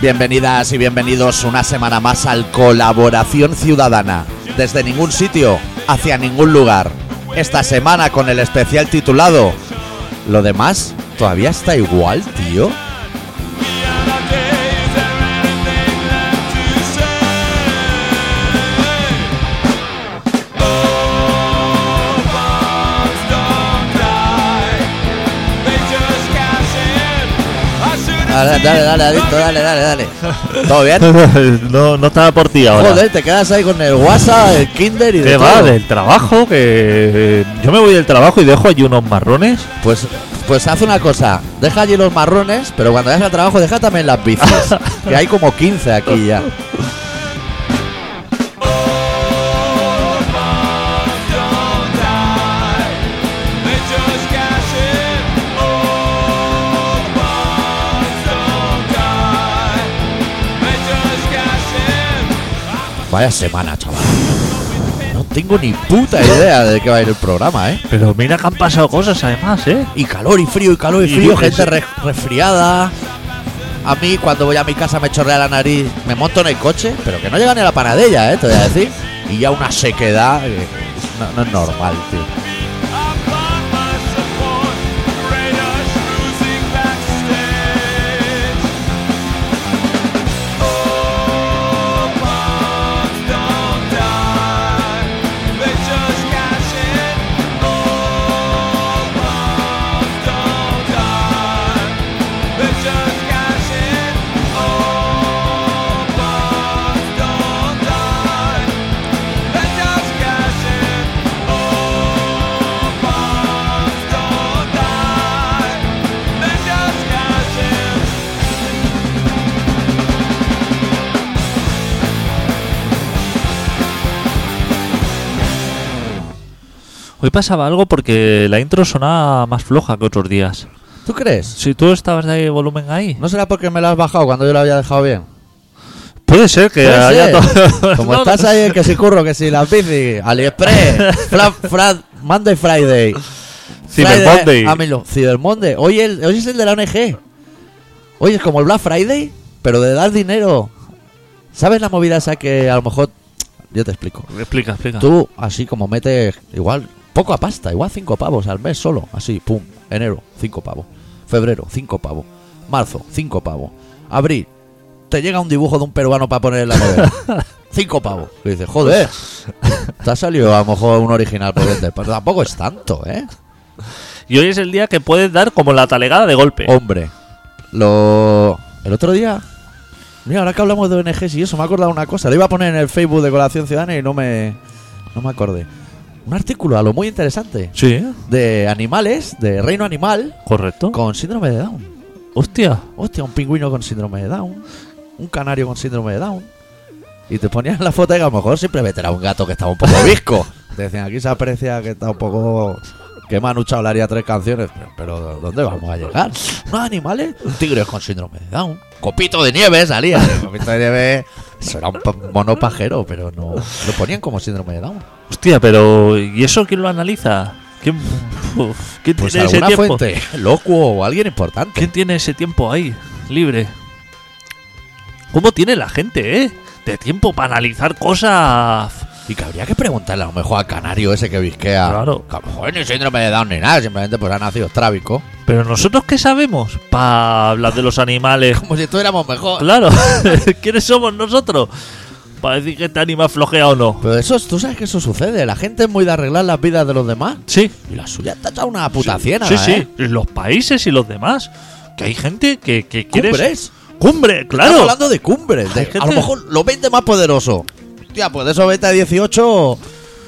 Bienvenidas y bienvenidos una semana más al Colaboración Ciudadana. Desde ningún sitio, hacia ningún lugar. Esta semana con el especial titulado Lo demás todavía está igual, tío. Dale, dale, dale, adicto, dale, dale, dale. ¿Todo bien? no, no estaba por ti ahora. Joder, te quedas ahí con el WhatsApp, el Kinder y de ¿Qué todo. va? Del trabajo, que eh, yo me voy del trabajo y dejo allí unos marrones. Pues, pues haz una cosa, deja allí los marrones, pero cuando vayas al trabajo deja también las bicis. que hay como 15 aquí ya. oh, Vaya semana, chaval. No tengo ni puta idea de qué va a ir el programa, ¿eh? Pero mira que han pasado cosas además, ¿eh? Y calor y frío, y calor y Y frío, yo qué gente sé. re- resfriada. A mí, cuando voy a mi casa, me chorrea la nariz, me monto en el coche, pero que no llega ni a la panadella, ¿eh? Te voy a decir. Y ya una sequedad. que No, no es normal, tío. Hoy pasaba algo porque la intro sonaba más floja que otros días. ¿Tú crees? Si tú estabas de volumen ahí. ¿No será porque me lo has bajado cuando yo lo había dejado bien? Puede ser que Puede haya ser. to- Como No, no. estás ahí, que si curro, que si las bici, AliExpress, Fran, Fran, Monday Friday. Cyber Friday, Monday. ámelo, Cyber Monday. Hoy, el, hoy es el de la ONG. Hoy es como el Black Friday, pero de dar dinero. ¿Sabes la movida esa que a lo mejor. Yo te explico. Explica, explica. Tú, así como metes, igual, poco a pasta, igual cinco pavos al mes solo, así, pum. Enero, cinco pavos. Febrero, cinco pavos. Marzo, cinco pavos. Abril, te llega un dibujo de un peruano para poner en la novela. cinco pavos. Y dices, joder, te ha salido a lo mejor un original por vender, pero tampoco es tanto, ¿eh? Y hoy es el día que puedes dar como la talegada de golpe. Hombre, lo. El otro día. Mira, ahora que hablamos de ONGs y eso, me he acordado una cosa. Lo iba a poner en el Facebook de Colación Ciudadana y no me. No me acordé. Un artículo a lo muy interesante Sí, ¿eh? de animales, de reino animal, correcto. con síndrome de Down. Hostia. Hostia, un pingüino con síndrome de Down. Un canario con síndrome de Down. Y te ponían la foto y a lo mejor siempre meterá un gato que estaba un poco visco. Te decían, aquí se aprecia que está un poco. Que Manucha hablaría tres canciones. Pero, pero ¿dónde vamos a llegar? ¿Unos animales? Tigres con síndrome de Down. Copito de nieve salía. Copito de nieve. Eso era un pa- mono pajero, pero no. Lo ponían como síndrome de Down. Hostia, pero ¿y eso quién lo analiza? ¿Quién, Uf, ¿quién Pues tiene ese alguna tiempo? fuente, locuo o alguien importante. ¿Quién tiene ese tiempo ahí, libre? ¿Cómo tiene la gente, eh? De tiempo para analizar cosas. Y que habría que preguntarle a lo mejor al canario ese que visquea. Claro. Que a lo mejor ni síndrome de Down ni nada, simplemente pues ha nacido trábico. Pero nosotros qué sabemos para hablar de los animales. Como si estuviéramos mejor. Claro, ¿quiénes somos nosotros? Para decir que este animal flojea o no. Pero eso, tú sabes que eso sucede. La gente es muy de arreglar las vidas de los demás. Sí. Y la suya está hecha una puta sí, ciénaga, Sí, sí. ¿eh? Los países y los demás. Que hay gente que, que quiere. Cumbres. Cumbre, Estamos claro. hablando de cumbres. de- Hay gente- a lo mejor los 20 más poderosos. Hostia, pues de esos 20 a 18...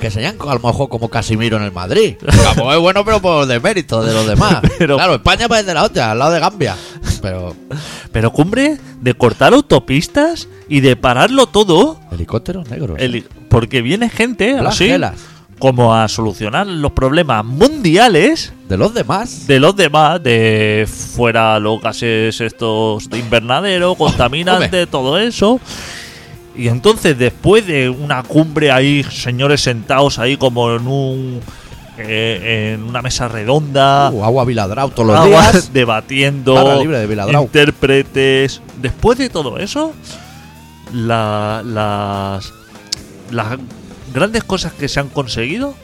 Que serían a lo mejor como Casimiro en el Madrid. Como es bueno, pero por desmérito de los demás. Pero- Claro, España parece la otra, al lado de Gambia. Pero Pero cumbre de cortar autopistas y de pararlo todo. helicópteros negros. eh. El- porque viene gente así Flagelas. como a solucionar los problemas mundiales De los demás. de los demás, de fuera los gases estos de invernadero, contaminantes, todo eso. Y entonces después de una cumbre ahí, señores sentados ahí como en un eh, en una mesa redonda, Uh, agua Viladrau todos los aguas, días. Barra debatiendo, libre de Viladrau. intérpretes. Después de todo eso, la- las, las grandes cosas que se han conseguido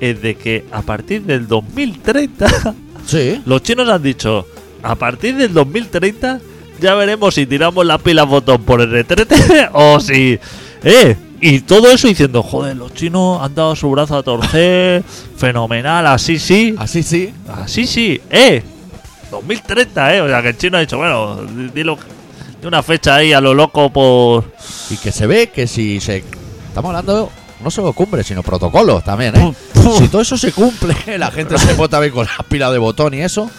es de que a partir del 2030 Sí. los chinos han dicho, a partir del 2030 ya veremos si tiramos la pila botón por el retrete o si... ¡Eh! Y todo eso diciendo, joder, los chinos han dado su brazo a torcer, fenomenal, así sí, Así sí. así Ah, sí, ¡eh! 2030, ¿eh? O sea, que el chino ha dicho, bueno, di- dilo de una fecha ahí a lo loco por... Y que se ve que si se. Estamos hablando no solo cumbre, sino protocolos también, ¿eh? Si todo eso se cumple, la gente se vota bien con la pila de botón y eso,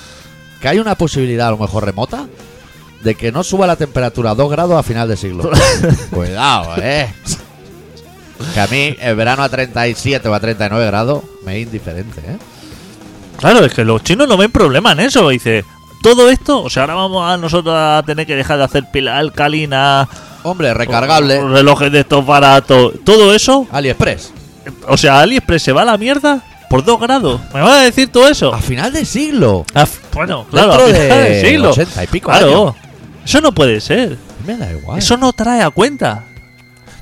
que hay una posibilidad a lo mejor remota de que no suba la temperatura a 2 grados a final de siglo. Cuidado, ¿eh? Que a mí el verano a 37 o a 39 grados me es indiferente, ¿eh? Claro, es que los chinos no ven problema en eso. Dice, todo esto, o sea, ahora vamos a nosotros a tener que dejar de hacer pila alcalina, Hombre, recargable. relojes de estos baratos, todo eso. AliExpress. O sea, AliExpress se va a la mierda por dos grados. ¿Me vas a decir todo eso? A final de siglo. Ah, bueno, claro, Ah. Dentro a final de del siglo. 80 y pico claro. Eso no puede ser. Me da igual. Eso no trae a cuenta.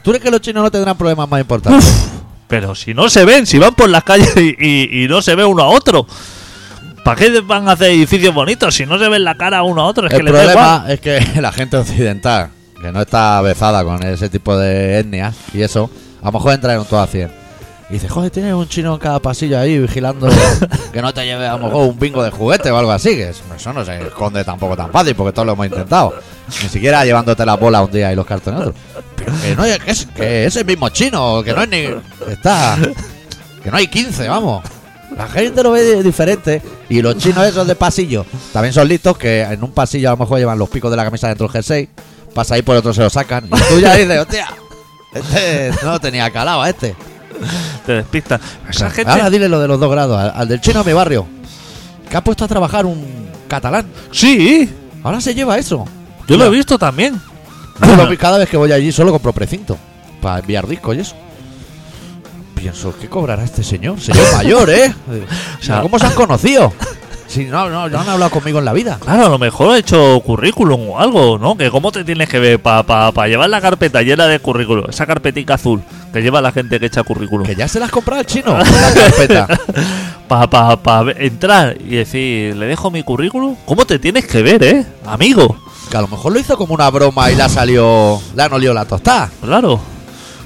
¿Tú crees que los chinos no tendrán problemas más importantes? Pero si no se ven, si van por las calles y, y- y no se ve uno a otro. ¿Para qué van a hacer edificios bonitos si no se ven la cara uno a otro? Es que el les da igual. problema es que la gente occidental, que no está besada con ese tipo de etnias y eso, a lo mejor entraron todas a 100. Y dice, joder, tienes un chino en cada pasillo ahí vigilando que no te lleve a lo mejor un bingo de juguete o algo así. Que eso eso no se esconde tampoco tan fácil porque todos lo hemos intentado. Ni siquiera llevándote las bolas un día y los cartones otro. Pero que no es, que es, que es el mismo chino, que no es ni. Está. Que no hay 15, vamos. La gente lo ve di- diferente. Y los chinos esos de pasillo también son listos que en un pasillo a lo mejor llevan los picos de la camisa dentro del jersey. Pasa ahí por otro se lo sacan. Y tú ya dices, hostia, este no tenía calado a este. Te despistan. Esa gente. Ahora dile lo de los dos grados, al, al del chino a mi barrio. Que ha puesto a trabajar un catalán. Sí, Ahora se lleva eso. yo lo he visto también. Yo lo vi cada vez que voy allí solo compro precinto. Para enviar discos y eso. Pienso, ¿qué cobrará este señor? Señor mayor, ¿eh? O sea, ¿Cómo se han conocido? Si no, no, no han hablado conmigo en la vida. Claro, a lo mejor he hecho currículum o algo, ¿no? Que cómo te tienes que ver para llevar la carpeta llena de currículum, esa carpetica azul que lleva la gente que echa currículum. Que ya se las compra el chino. La carpeta. Para entrar y decir, le dejo mi currículum, ¿cómo te tienes que ver, eh? Amigo, Que a lo mejor lo hizo como una broma y la salió. La han olido la tostada. claro.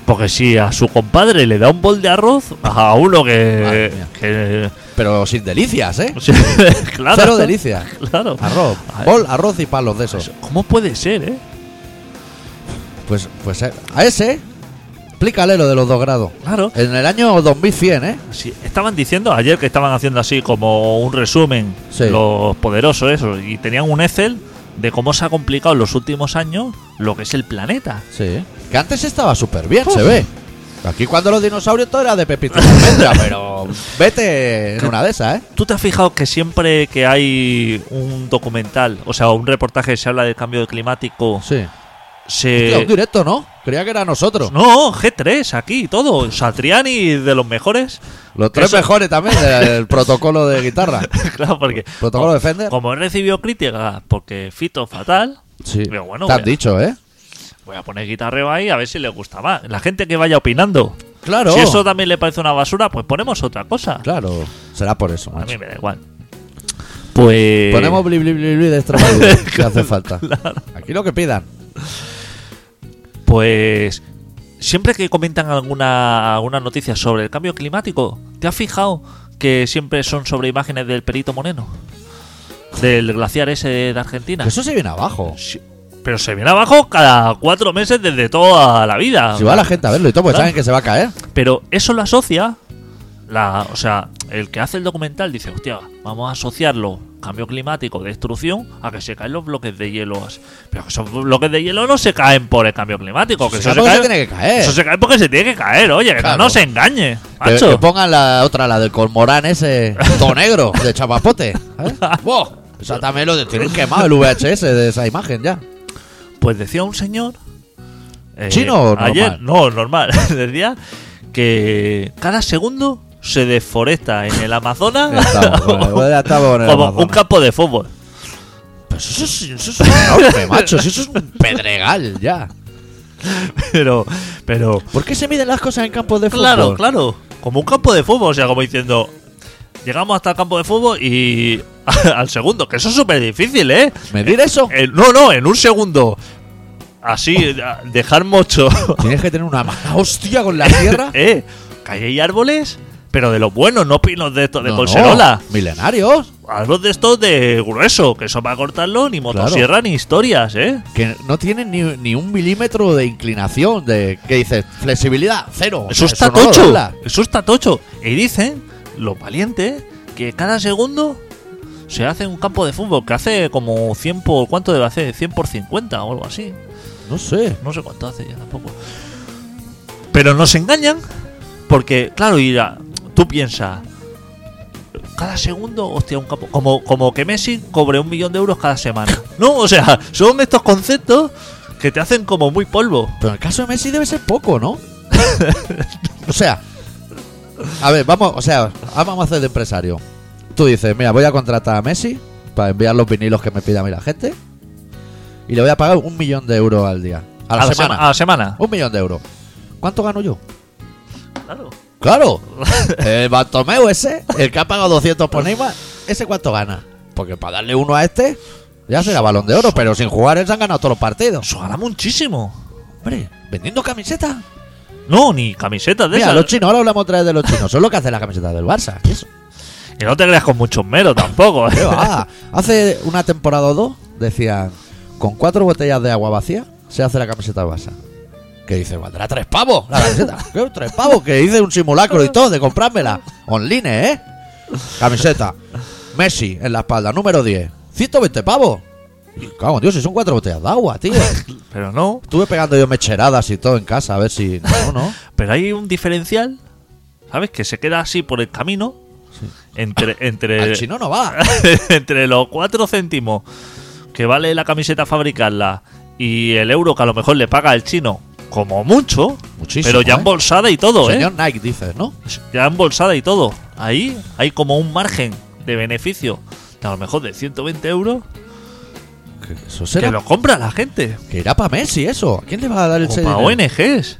Porque si a su compadre le da un bol de arroz, a uno Madre que. mía. que- Pero sin delicias, ¿eh? sí, claro. Cero delicias. Claro. Arroz. Ay. Bol, arroz y palos de esos. ¿Cómo puede ser, eh? Pues, pues eh, a ese, explícale lo de los dos grados. Claro. En el año 2100, ¿eh? Sí, estaban diciendo ayer que estaban haciendo así como un resumen Sí. los poderosos eso y tenían un Excel de cómo se ha complicado en los últimos años lo que es el planeta. Sí. Que antes estaba súper bien, Uf. se ve. Aquí cuando los dinosaurios todo era de pepito y almendra, pero vete en una de esas, ¿eh? ¿Tú te has fijado que siempre que hay un documental, o sea, un reportaje que se habla del cambio climático, Sí. Hostia, un se directo, ¿no? Creía que era nosotros. Eh, no, G3 aquí y todo, Satriani de los mejores, Los tres Eso- mejores también del protocolo de guitarra. claro, porque Protocolo de Fender. como he recibido críticas porque Fito fatal, Sí. Pero bueno, Te han mira. dicho, ¿eh? voy a poner guitarreo ahí a ver si le gusta más. La gente que vaya opinando. Claro. Si eso también le parece una basura, pues ponemos otra cosa. Claro. Será por eso, A macho. Eh, mí me da igual. Pues. Ponemos bli bli bli bli de Extremadura, que hace falta. Aquí lo que pidan. Pues. Siempre que comentan alguna, alguna noticia sobre el cambio climático, ¿te has fijado que siempre son sobre imágenes del perito moreno? Del glaciar ese de Argentina. Eso se viene abajo. Sí, Pero se viene abajo cada cuatro meses desde toda la vida. Si va la gente a verlo y todo, pues Ah, Claro. saben que se va a caer. Pero eso lo asocia. La, o sea, el que hace el documental dice, hostia, vamos a asociarlo, cambio climático, destrucción, a que se caen los bloques de hielo. Pero que esos bloques de hielo no se caen por el cambio climático, que Se eso, cae porque se cae, se tiene que caer. eso se cae porque se tiene que caer, oye, que Claro. eh, no se engañe, Que, macho. que pongan la otra, la del cormorán ese, todo negro, de chapapote. ¿eh? ¡Wow! Esa también lo de- tienen quemado el VHS de esa imagen ya. Pues decía un señor. eh, ¿Chino o ayer, No, normal. decía que cada segundo se deforesta en el Ya Amazonas estamos con el- ya estamos con el como un Amazonas. campo de fútbol. Pero si eso, es- eso es un enorme, macho. si Eso es un pedregal ya. Pero, pero, ¿Por qué se miden las cosas en campos de fútbol? claro, claro, como un campo de fútbol, o sea, como diciendo, llegamos hasta el campo de fútbol y al segundo, que eso es súper difícil, ¿eh? ¿Medir eso? En- no, no, en un segundo. Así, eh, dejar mocho. Tienes que tener una mala hostia con la tierra. eh, que ahí hay árboles, pero de los buenos, no pinos de estos de No, no, colserola. milenarios. Árboles de estos de grueso, que eso para cortarlo ni motosierra ni historias, ¿eh? Que no tienen ni, ni un milímetro de inclinación. de ¿Qué dices? Flexibilidad, cero. O Eso sea, está no lo tocho. dobla. Eso está tocho. Y dicen, los valientes, que cada segundo se hace un campo de fútbol que hace como 100 por. ¿Cuánto debe hacer? 100 por 50 o algo así. No sé. No sé cuánto hace ya tampoco. Pero nos engañan porque, claro, y la- tú piensas, cada segundo, hostia, un campo. Como, como que Messi cobre un millón de euros cada semana. No, o sea, son estos conceptos que te hacen como muy polvo. Pero en el caso de Messi debe ser poco, ¿no? o sea. A ver, vamos, o sea, ah, vamos a hacer de empresario. Tú dices, mira, voy a contratar a Messi para enviar los vinilos que me pida a mí la gente. Y le voy a pagar un millón de euros al día. A la sema- semana. a la semana. Un millón de euros. ¿Cuánto gano yo? Claro. Claro. El Bartomeu ese, el que ha pagado 200 por Neymar, ¿ese cuánto gana? Porque para darle uno a este, ya será balón de oro, pero sin jugar él se han ganado todos los partidos. Eso gana muchísimo. Hombre, vendiendo camisetas. No, ni camisetas de Mira, esas. los chinos, ahora hablamos otra vez de los chinos. Son lo que hacen las camisetas del Barça. ¿Qué, eso? Y no te creas con mucho mero tampoco. ¿eh? ¿Qué va? Hace una temporada o dos decían, con cuatro botellas de agua vacía se hace la camiseta del Barça. Que dice, valdrá tres pavos la camiseta. ¿Qué? Tres pavos, que hice un simulacro y todo de comprármela. Online, ¿eh? Camiseta. Messi en la espalda, número 10. 120 pavos. Y, Cago en Dios, si son cuatro botellas de agua, tío. Pero no. Estuve pegando yo mecheradas y todo en casa, a ver si... No, no. Pero hay un diferencial, ¿sabes? Que se queda así por el camino. Entre, Al entre, chino no va. entre los 4 céntimos que vale la camiseta fabricarla y el euro que a lo mejor le paga el chino, como mucho, Muchísimo, pero ya ¿eh? embolsada y todo, Señor Nike, dices, ¿no? ¿eh? Ya embolsada y todo. Ahí hay como un margen de beneficio, de a lo mejor de 120 euros, Que eso que será. lo compra la gente. Que irá para Messi eso. ¿A quién le va a dar el O ese para dinero? ONGs,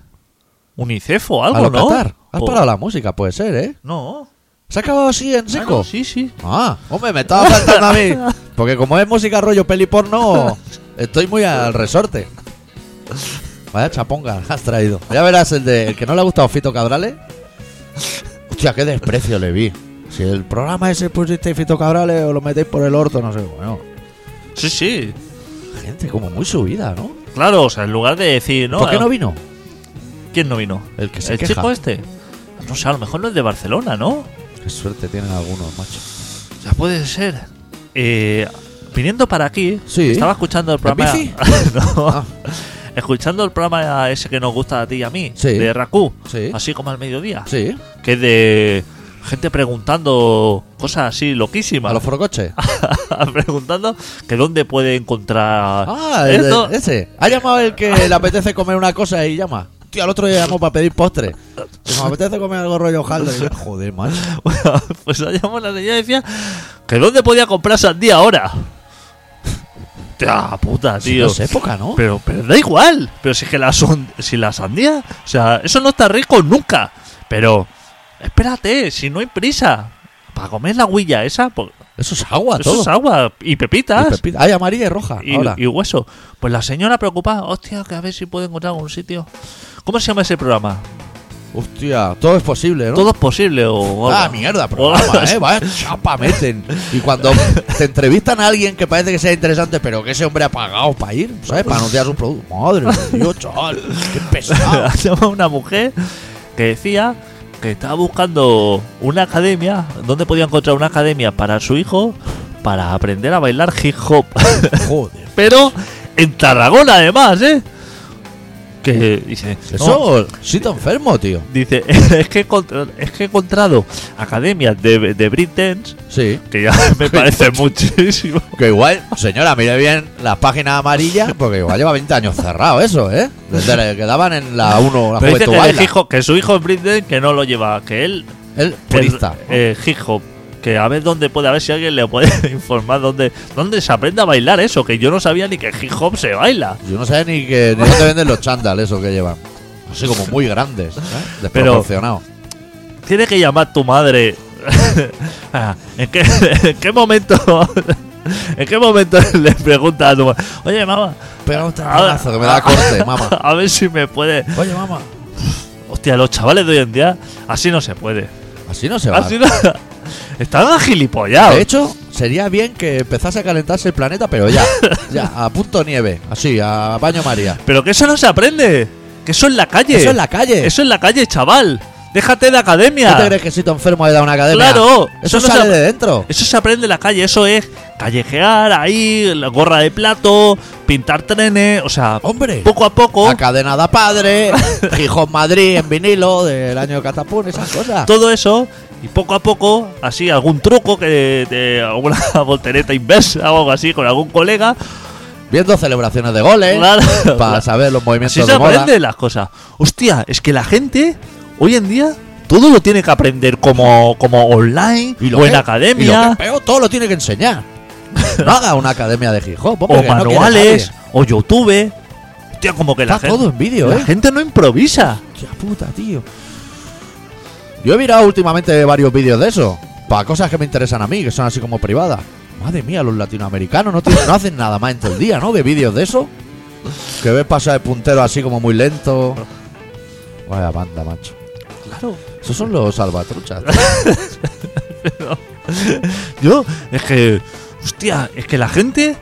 UNICEF o algo, a lo ¿no? Qatar. Has O- parado la música, puede ser, ¿eh? No. ¿Se ha acabado así en Ah, seco? no, sí, sí. Ah, hombre, me estaba faltando a mí. Porque como es música rollo peli porno, estoy muy al resorte. Vaya chaponga, has traído. Ya verás el de el que no le ha gustado Fito Cabrales. Hostia, qué desprecio le vi. Si el programa ese pusiste Fito Cabrales o lo metéis por el orto, no sé. Bueno, Sí, sí. gente como muy subida, ¿no? Claro, o sea, en lugar de decir, ¿no? ¿Por qué no vino? ¿Quién no vino? El que se ¿El queja. chico este? No sé, a lo mejor no es de Barcelona, ¿no? Qué suerte tienen algunos, macho. O sea, puede ser. Eh, viniendo para aquí, Sí. estaba escuchando el programa. bici? No. Ah. Escuchando el programa ese que nos gusta a ti y a mí, Sí. de Raku, Ah, Sí. así como al mediodía, Sí, que es de gente preguntando cosas así loquísimas. a los forocoches. preguntando que dónde puede encontrar Ah, el- esto. el- ese. Ha llamado el que le apetece comer una cosa y llama. Tío, al otro día llamó para pedir postre. Nos apetece comer algo rollo hojaldre. Joder, macho. Bueno, Ah. pues la llamó la señora y decía que dónde podía comprar sandía ahora. Tía, puta, Si tío. no es época, ¿no? pero, pero da igual. Pero si es que la, son- si la sandía, o sea, eso no está rico nunca. Pero, espérate, si no hay prisa. Para comer la huilla esa, pues, Eso es agua, eso todo. es agua y pepitas. Y pepita. Hay amarilla y roja. y, ahora. y hueso. Pues la señora preocupada, hostia, que a ver si puede encontrar algún sitio. ¿Cómo se llama ese programa? Hostia, todo es posible, ¿no? Todo es posible o... o- Ah, mierda, programa, eh. Vaya chapa meten. Y cuando te entrevistan a alguien que parece que sea interesante, pero que ese hombre ha pagado para ir, ¿sabes? Para anunciar su producto. Madre de Dios, chaval. Qué pesado. Ha llamado una mujer que decía que estaba buscando una academia, donde podía encontrar una academia para su hijo para aprender a bailar hip hop. Joder. Pero en Tarragona además, ¿eh? Que dice, "No", Eso, sí te enfermo, tío. dice, es que, he encontrado- es que he encontrado academias de, de break dance", Sí. que ya me parece muchísimo. Que igual, señora, mire bien las páginas amarillas, porque igual lleva 20 años cerrado eso, ¿eh? Desde la que daban en la 1, la Pero dice juventud que, el pues baila. hijo- que su hijo en break dance que no lo lleva, que él El purista. eh, hip hop. Que a ver dónde puede, a ver si alguien le puede informar dónde, dónde se aprende a bailar eso. Que yo no sabía ni que hip hop se baila. Yo no sé ni que ni dónde venden los chándales esos que llevan. Así como muy grandes, ¿eh? desproporcionados. Tiene que llamar tu madre. Ah, ¿En qué, en qué momento? ¿En qué momento le preguntas a tu madre? Oye, mamá, Pega un taconazo que me Ah. da corte, mamá. a ver si me puede. Oye, mamá. Hostia, los chavales de hoy en día, así no se puede. Así no se va. Así no. Están agilipollados. De hecho, sería bien que empezase a calentarse el planeta, pero ya. Ya, a punto nieve. Así, a baño María. Pero que eso no se aprende. Que eso en la calle. Eso en la calle. Eso en la calle, chaval. Déjate de academia. ¿Tú te crees que si te enfermo he dado una academia? Claro, Eso, eso no sale se- de dentro. Eso se aprende en la calle. Eso es callejear ahí, la gorra de plato, pintar trenes. O sea, Hombre. poco a poco, La cadena da padre, Gijón Madrid en vinilo del año de Catapún, esas cosas. todo eso. Y poco a poco, así, algún truco, que de alguna voltereta inversa o algo así con algún colega. Viendo celebraciones de goles, Claro. para saber los movimientos Así se de moda. aprende las cosas. Hostia, es que la gente hoy en día todo lo tiene que aprender como, como online Y lo o que- Y lo en que academia es peor, todo lo tiene que enseñar. No haga una academia de hip hop, hombre, o que no quiere manuales nadie. o YouTube. Hostia, como que la, Está gen- todo en vídeo, la eh. gente no improvisa. Hostia puta, tío. Yo he mirado últimamente varios vídeos de eso. Para cosas que me interesan a mí, que son así como privadas. Madre mía, los latinoamericanos no, tienen- no hacen nada más en todo el día, ¿no? De vídeos de eso. Que ves pasar el puntero así como muy lento. Vaya banda, macho. Claro. Esos son los salvatruchas. Yo, es que, hostia, es que la gente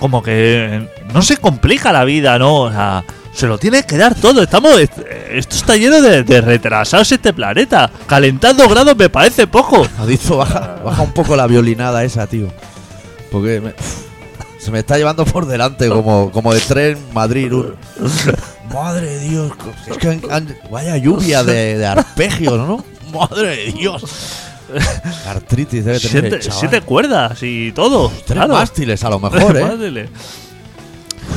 como que no se complica la vida, ¿no? O sea, se lo tiene que dar todo. Estamos, est- esto está lleno de, de retrasados este planeta. Calentar dos grados me parece poco. Adito, baja, baja un poco la violinada esa, tío. Porque me- se me está llevando por delante como, como de tren Madrid. un- Madre de Dios, es que han- han- vaya lluvia de, de arpegios, ¿no? Madre de Dios. Artritis debe tener Siete, el chaval. siete cuerdas y todo. Tres claro. mástiles a lo mejor, ¿eh? Mándele.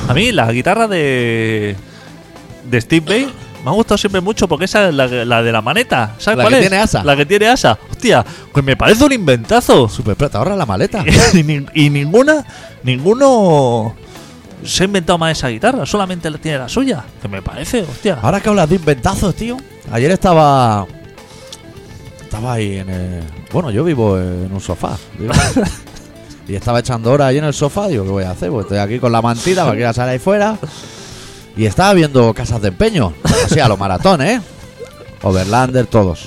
A mí la guitarra de de Steve Bay me ha gustado siempre mucho porque esa es la, la de la maneta. ¿Sabes La cuál que es? tiene asa. La que tiene asa. Hostia, pues me parece un inventazo. Super plata, ahora la maleta. y, ni- y ninguna, ninguno se ha inventado más esa guitarra. Solamente la tiene la suya. Que me parece, hostia. Ahora que hablas de inventazos, tío. Ayer estaba. Estaba ahí en el. Bueno, yo vivo en un sofá. digo. y estaba echando horas ahí en el sofá. Digo, ¿qué voy a hacer? Pues estoy aquí con la mantita para que ya salga ahí fuera. Y estaba viendo casas de empeño. Así a los maratones, ¿eh? Overlander, todos.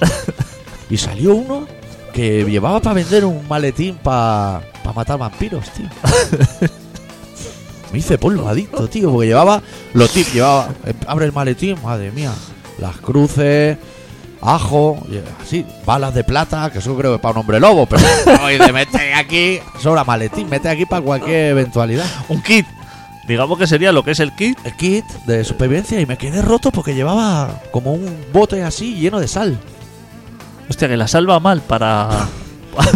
Y salió uno que llevaba para vender un maletín para matar vampiros, tío. Me hice polvo adicto, tío, porque llevaba los tips, llevaba. eh, Abre el maletín, madre mía. Las cruces, ajo, y así, balas de plata, que eso creo que es para un hombre lobo, pero. Oye, de mete aquí. Sobra maletín, mete aquí para cualquier eventualidad. Un kit. Digamos que sería lo que es el kit. El kit de supervivencia y me quedé roto porque llevaba como un bote así lleno de sal. Hostia, que la salva mal para.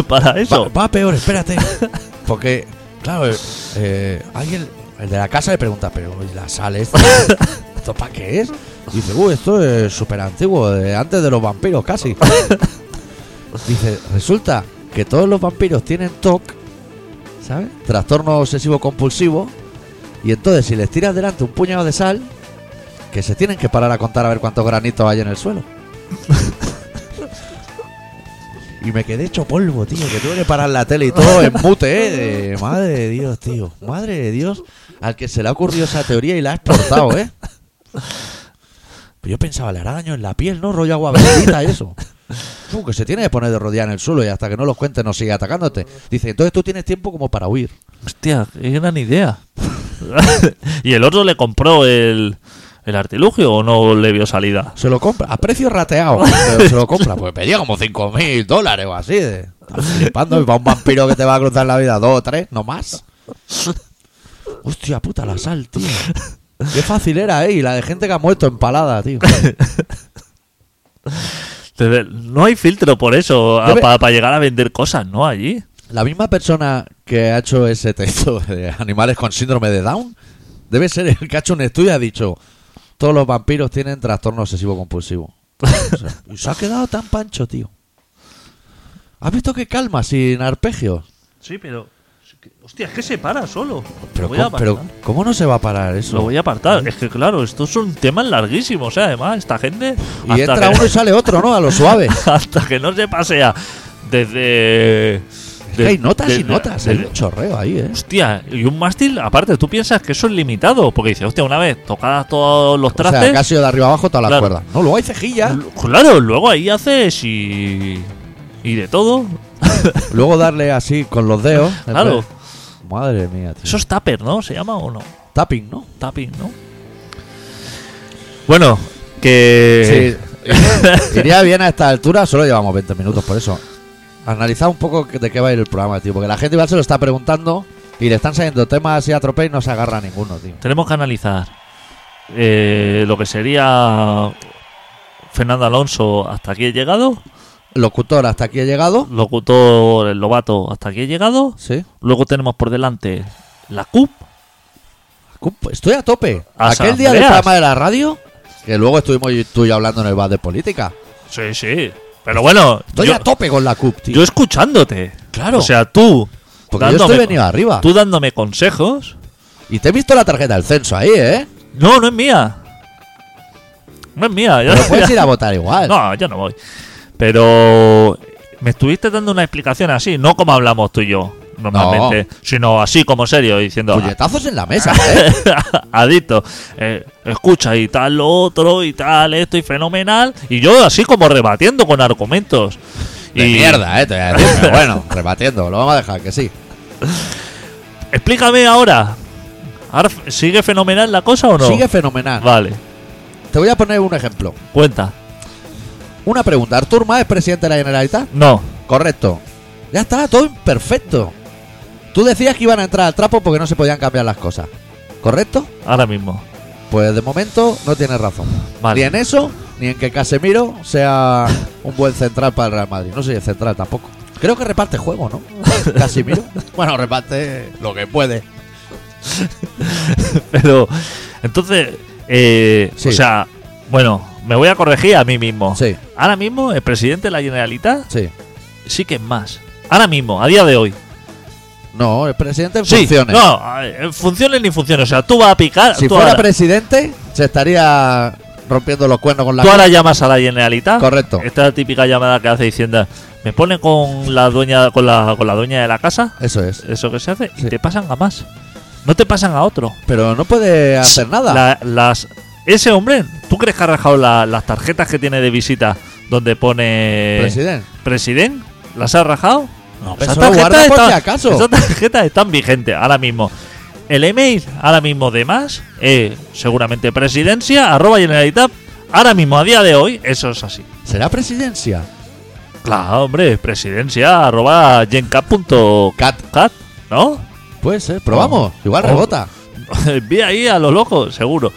Para eso. Va, va peor, espérate. Porque, claro, eh, eh, alguien, el de la casa le pregunta, pero ¿y la sal esta? ¿Esto para qué es? Y dice, uy, esto es súper antiguo, de antes de los vampiros casi. Dice, resulta que todos los vampiros tienen TOC, ¿sabes? Trastorno obsesivo compulsivo. Y entonces, si les tiras delante un puñado de sal, que se tienen que parar a contar a ver cuántos granitos hay en el suelo. Y me quedé hecho polvo, tío, que tuve que parar la tele y todo en mute, ¿eh? De- madre de Dios, tío. Madre de Dios. Al que se le ha ocurrido esa teoría y la ha exportado, ¿eh? Pero yo pensaba, le hará daño en la piel, ¿no? Rollo agua bendita y eso. Uh, que se tiene que poner de rodillas en el suelo y hasta que no los cuentes no sigue atacándote. Dice, entonces tú tienes tiempo como para huir. Hostia, qué gran idea. y el otro le compró el, el artilugio o no le vio salida. Se lo compra, a precio rateado. Pero se lo compra, pues pedía como 5 mil dólares o así. De, Estás flipando, y para un vampiro que te va a cruzar la vida, dos o tres, no más. Hostia puta, la sal, tío. Qué fácil era, eh. Y la de gente que ha muerto empalada, tío. Entonces, No hay filtro por eso Debe- para llegar a vender cosas, ¿no? Allí. La misma persona que ha hecho ese texto de animales con síndrome de Down debe ser el que ha hecho un estudio y ha dicho: Todos los vampiros tienen trastorno obsesivo compulsivo. O sea, y se ha quedado tan pancho, tío. ¿Has visto que calma sin arpegios? Sí, pero. es que- Hostia, es que se para solo. Pero, lo voy a ¿cómo, pero apartar. ¿cómo no se va a parar eso? Lo voy a apartar. Es que, claro, estos son temas larguísimos. O sea, además, esta gente. Y hasta entra que- uno y sale otro, ¿no? A lo suave. hasta que no se pasea desde. Es que hay notas y desde- notas, hay desde- un chorreo ahí, ¿eh? hostia, y un mástil, aparte, tú piensas que eso es limitado. Porque dices, hostia, una vez tocadas todos los O trastes. sea, casi de arriba abajo todas las Claro. cuerdas. No, luego hay cejilla. l- Claro, luego ahí haces y. Y de todo. luego darle así con los dedos. Claro. después- Madre mía, tío. Eso es tupper, ¿no? ¿Se llama o no? tapping, ¿no? Tapping, ¿no? Bueno, que. Sí. Iría bien a esta altura, solo llevamos 20 minutos, por eso. Analizad un poco que- de qué va a ir el programa, tío. Porque la gente igual se lo está preguntando y le están saliendo temas así a trope y no se agarra a ninguno, tío. Tenemos que analizar eh, lo que sería Fernando Alonso hasta aquí he llegado, Locutor, hasta aquí he llegado. locutor el Lobato hasta aquí he llegado, Sí. luego tenemos por delante la CUP, Cum- Estoy a tope. A Aquel San día del Andreas. programa de la radio, que luego estuvimos y- tú y yo hablando en el bar de política. sí, sí, pero bueno, Estoy yo, a tope con la CUP, tío. yo escuchándote, Claro. Ah. o sea, tú porque yo dándome- estoy venido arriba. tú dándome consejos, Y te he visto la tarjeta del censo ahí, ¿eh? no, no es mía, no es mía, ya- Pero puedes ya- ir a votar igual. No, yo no voy. Pero me estuviste dando una explicación así, no como hablamos tú y yo normalmente, sino así como serio, diciendo Puñetazos en la mesa, ¿eh? adicto, eh, escucha y tal lo otro y tal esto y fenomenal. Y yo así como rebatiendo con argumentos. De y mierda, ¿eh? Te voy a decir, pero bueno, rebatiendo. Lo vamos a dejar que sí. Explícame ahora. Ahora f- ¿Sigue fenomenal la cosa o no? Sigue fenomenal. Vale, Te voy a poner un ejemplo. cuenta. Una pregunta. ¿Artur Mas es presidente de la Generalitat? No, Correcto. Ya está, todo imperfecto. Tú decías que iban a entrar al trapo porque no se podían cambiar las cosas. ¿Correcto? ahora mismo. Pues de momento no tienes razón. Vale. Ni en eso, ni en que Casemiro sea un buen central para el Real Madrid. No sé si es central tampoco. Creo que reparte juego, ¿no? Casemiro. bueno, reparte lo que puede. Pero, entonces, eh, Sí. o sea, bueno, me voy a corregir a mí mismo. Sí, Ahora mismo, el presidente de la Generalitat sí. sí que es más. Ahora mismo, a día de hoy. No, el presidente en Sí, funciones. No, a- en funciones ni funciones. O sea, tú vas a picar. si tú fuera ahora, presidente, se estaría rompiendo los cuernos con la. tú ahora llamas a la Generalitat. Correcto. Esta es la típica llamada que hace diciendo: Me pone con la dueña, con la, con la dueña de la casa. Eso es. Eso que se hace. Sí. Y te pasan a más. No te pasan a otro. Pero no puede hacer nada. La- las, ese hombre, ¿tú crees que ha rajado la- las tarjetas que tiene de visita donde pone. Presidente. presidente las ha rajado. No, pero eso lo guarda por si acaso. Esas tarjetas están vigentes ahora mismo. El email ahora mismo de más, eh, seguramente presidencia, arroba generalitat, ahora mismo, a día de hoy, eso es así. ¿Será presidencia? Claro, hombre, presidencia, arroba gencat.cat, Cat. ¿no? Puede ser. Probamos. Igual Oh. rebota. Vi ahí a lo loco, seguro.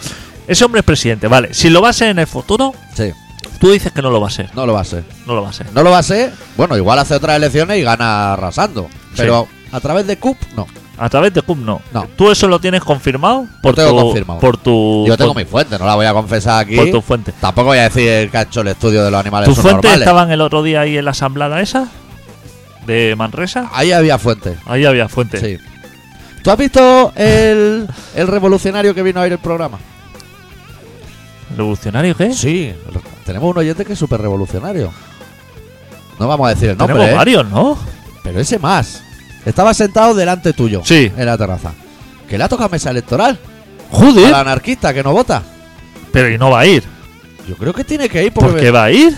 Ese hombre es presidente, vale. Si lo va a ser en el futuro, Sí. tú dices que no lo va a ser, No lo va a ser. no lo va a ser. No lo va a ser. Bueno, igual hace otras elecciones y gana arrasando. Pero a través de CUP, no. A través de CUM no. No. ¿Tú eso lo tienes confirmado? Por tengo tu, confirmado. Por tu, Yo tengo por- mi fuente, no la voy a confesar aquí. por tu fuente. Tampoco voy a decir que ha hecho el estudio de los animales ¿Tu fuente subnormales. estaban el otro día ahí en la asamblea esa? ¿De Manresa? Ahí había fuente. Ahí había fuente. Sí. ¿Tú has visto el, el revolucionario que vino a ir el programa? ¿Revolucionario qué? Sí. Tenemos un oyente que es súper revolucionario. No vamos a decir el nombre, Tenemos ¿eh? varios, ¿no? pero ese más. Estaba sentado delante tuyo. Sí. En la terraza. Que le ha tocado mesa electoral. ¡Joder! Al anarquista que no vota. Pero y no va a ir. Yo creo que tiene que ir porque, ¿Por qué va a ir?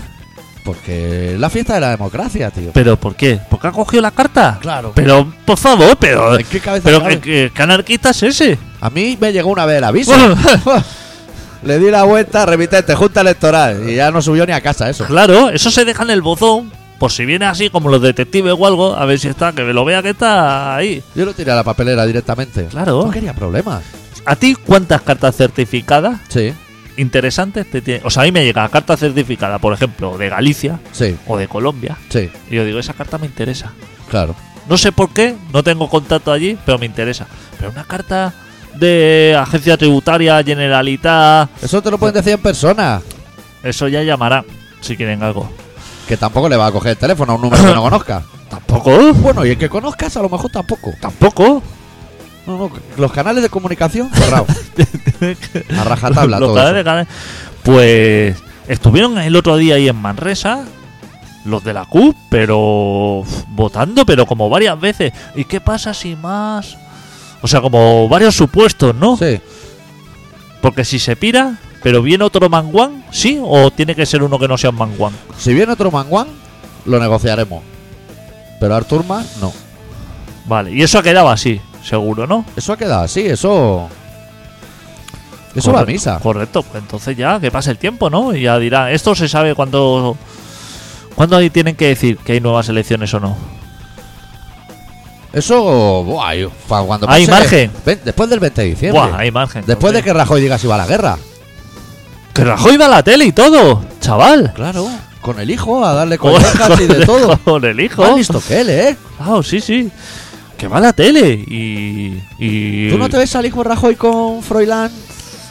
porque es la fiesta de la democracia, tío. ¿Pero por qué? ¿Porque ha cogido la carta? Claro. Pero, por favor, pero... ¿En qué cabeza ¿Pero cabe? qué, qué- qué anarquista es ese? A mí me llegó una vez el aviso. Le di la vuelta, remitente, junta electoral. Y ya no subió ni a casa eso. claro, eso se deja en el bozón. Por si viene así como los detectives o algo, a ver si está, que me lo vea que está ahí. Yo lo tiré a la papelera directamente. Claro. No quería problemas. ¿A ti cuántas cartas certificadas Sí, interesantes te tiene? O sea, a mí me llega carta certificada, por ejemplo, de Galicia sí, o de Colombia. sí, Y yo digo, esa carta me interesa. claro. No sé por qué, no tengo contacto allí, pero me interesa. Pero una carta de agencia tributaria, generalita, Eso te lo pueden decir en persona. eso ya llamará si quieren algo. que tampoco le va a coger el teléfono a un número que no conozca. Tampoco, Bueno, y el que conozcas a lo mejor tampoco. tampoco. No, no, los canales de comunicación cerrados. A rajatabla Los todo canales eso. de canales. Pues estuvieron el otro día ahí en Manresa, los de la CUP, pero uf, votando, pero como varias veces. ¿Y qué pasa si más? O sea, como varios supuestos, ¿no? Sí. Porque si se pira, pero viene otro manguán, ¿sí? ¿O tiene que ser uno que no sea un manguán? Si viene otro manguán, lo negociaremos. Pero Artur Mas, no. Vale, y eso ha quedado así, seguro, ¿no? Eso ha quedado así, eso. Eso va a Correcto, misa. Correcto, pues entonces ya que pase el tiempo, ¿no? Y ya dirá, esto se sabe cuándo. ¿Cuándo ahí tienen que decir que hay nuevas elecciones o no? Eso. buah, yo- fa- cuando Hay pase- margen. Ve- después del 20 de diciembre. Buah, hay margen. después de entonces. que Rajoy diga si va a la guerra. que Rajoy va a la tele y todo, chaval. Claro. Con el hijo, a darle collejas y Con de el- todo. Con el hijo. Más listo que él, ¿eh? Claro, sí, sí. Que va a la tele y. y- ¿Tú no te ves al hijo Rajoy con Froilán?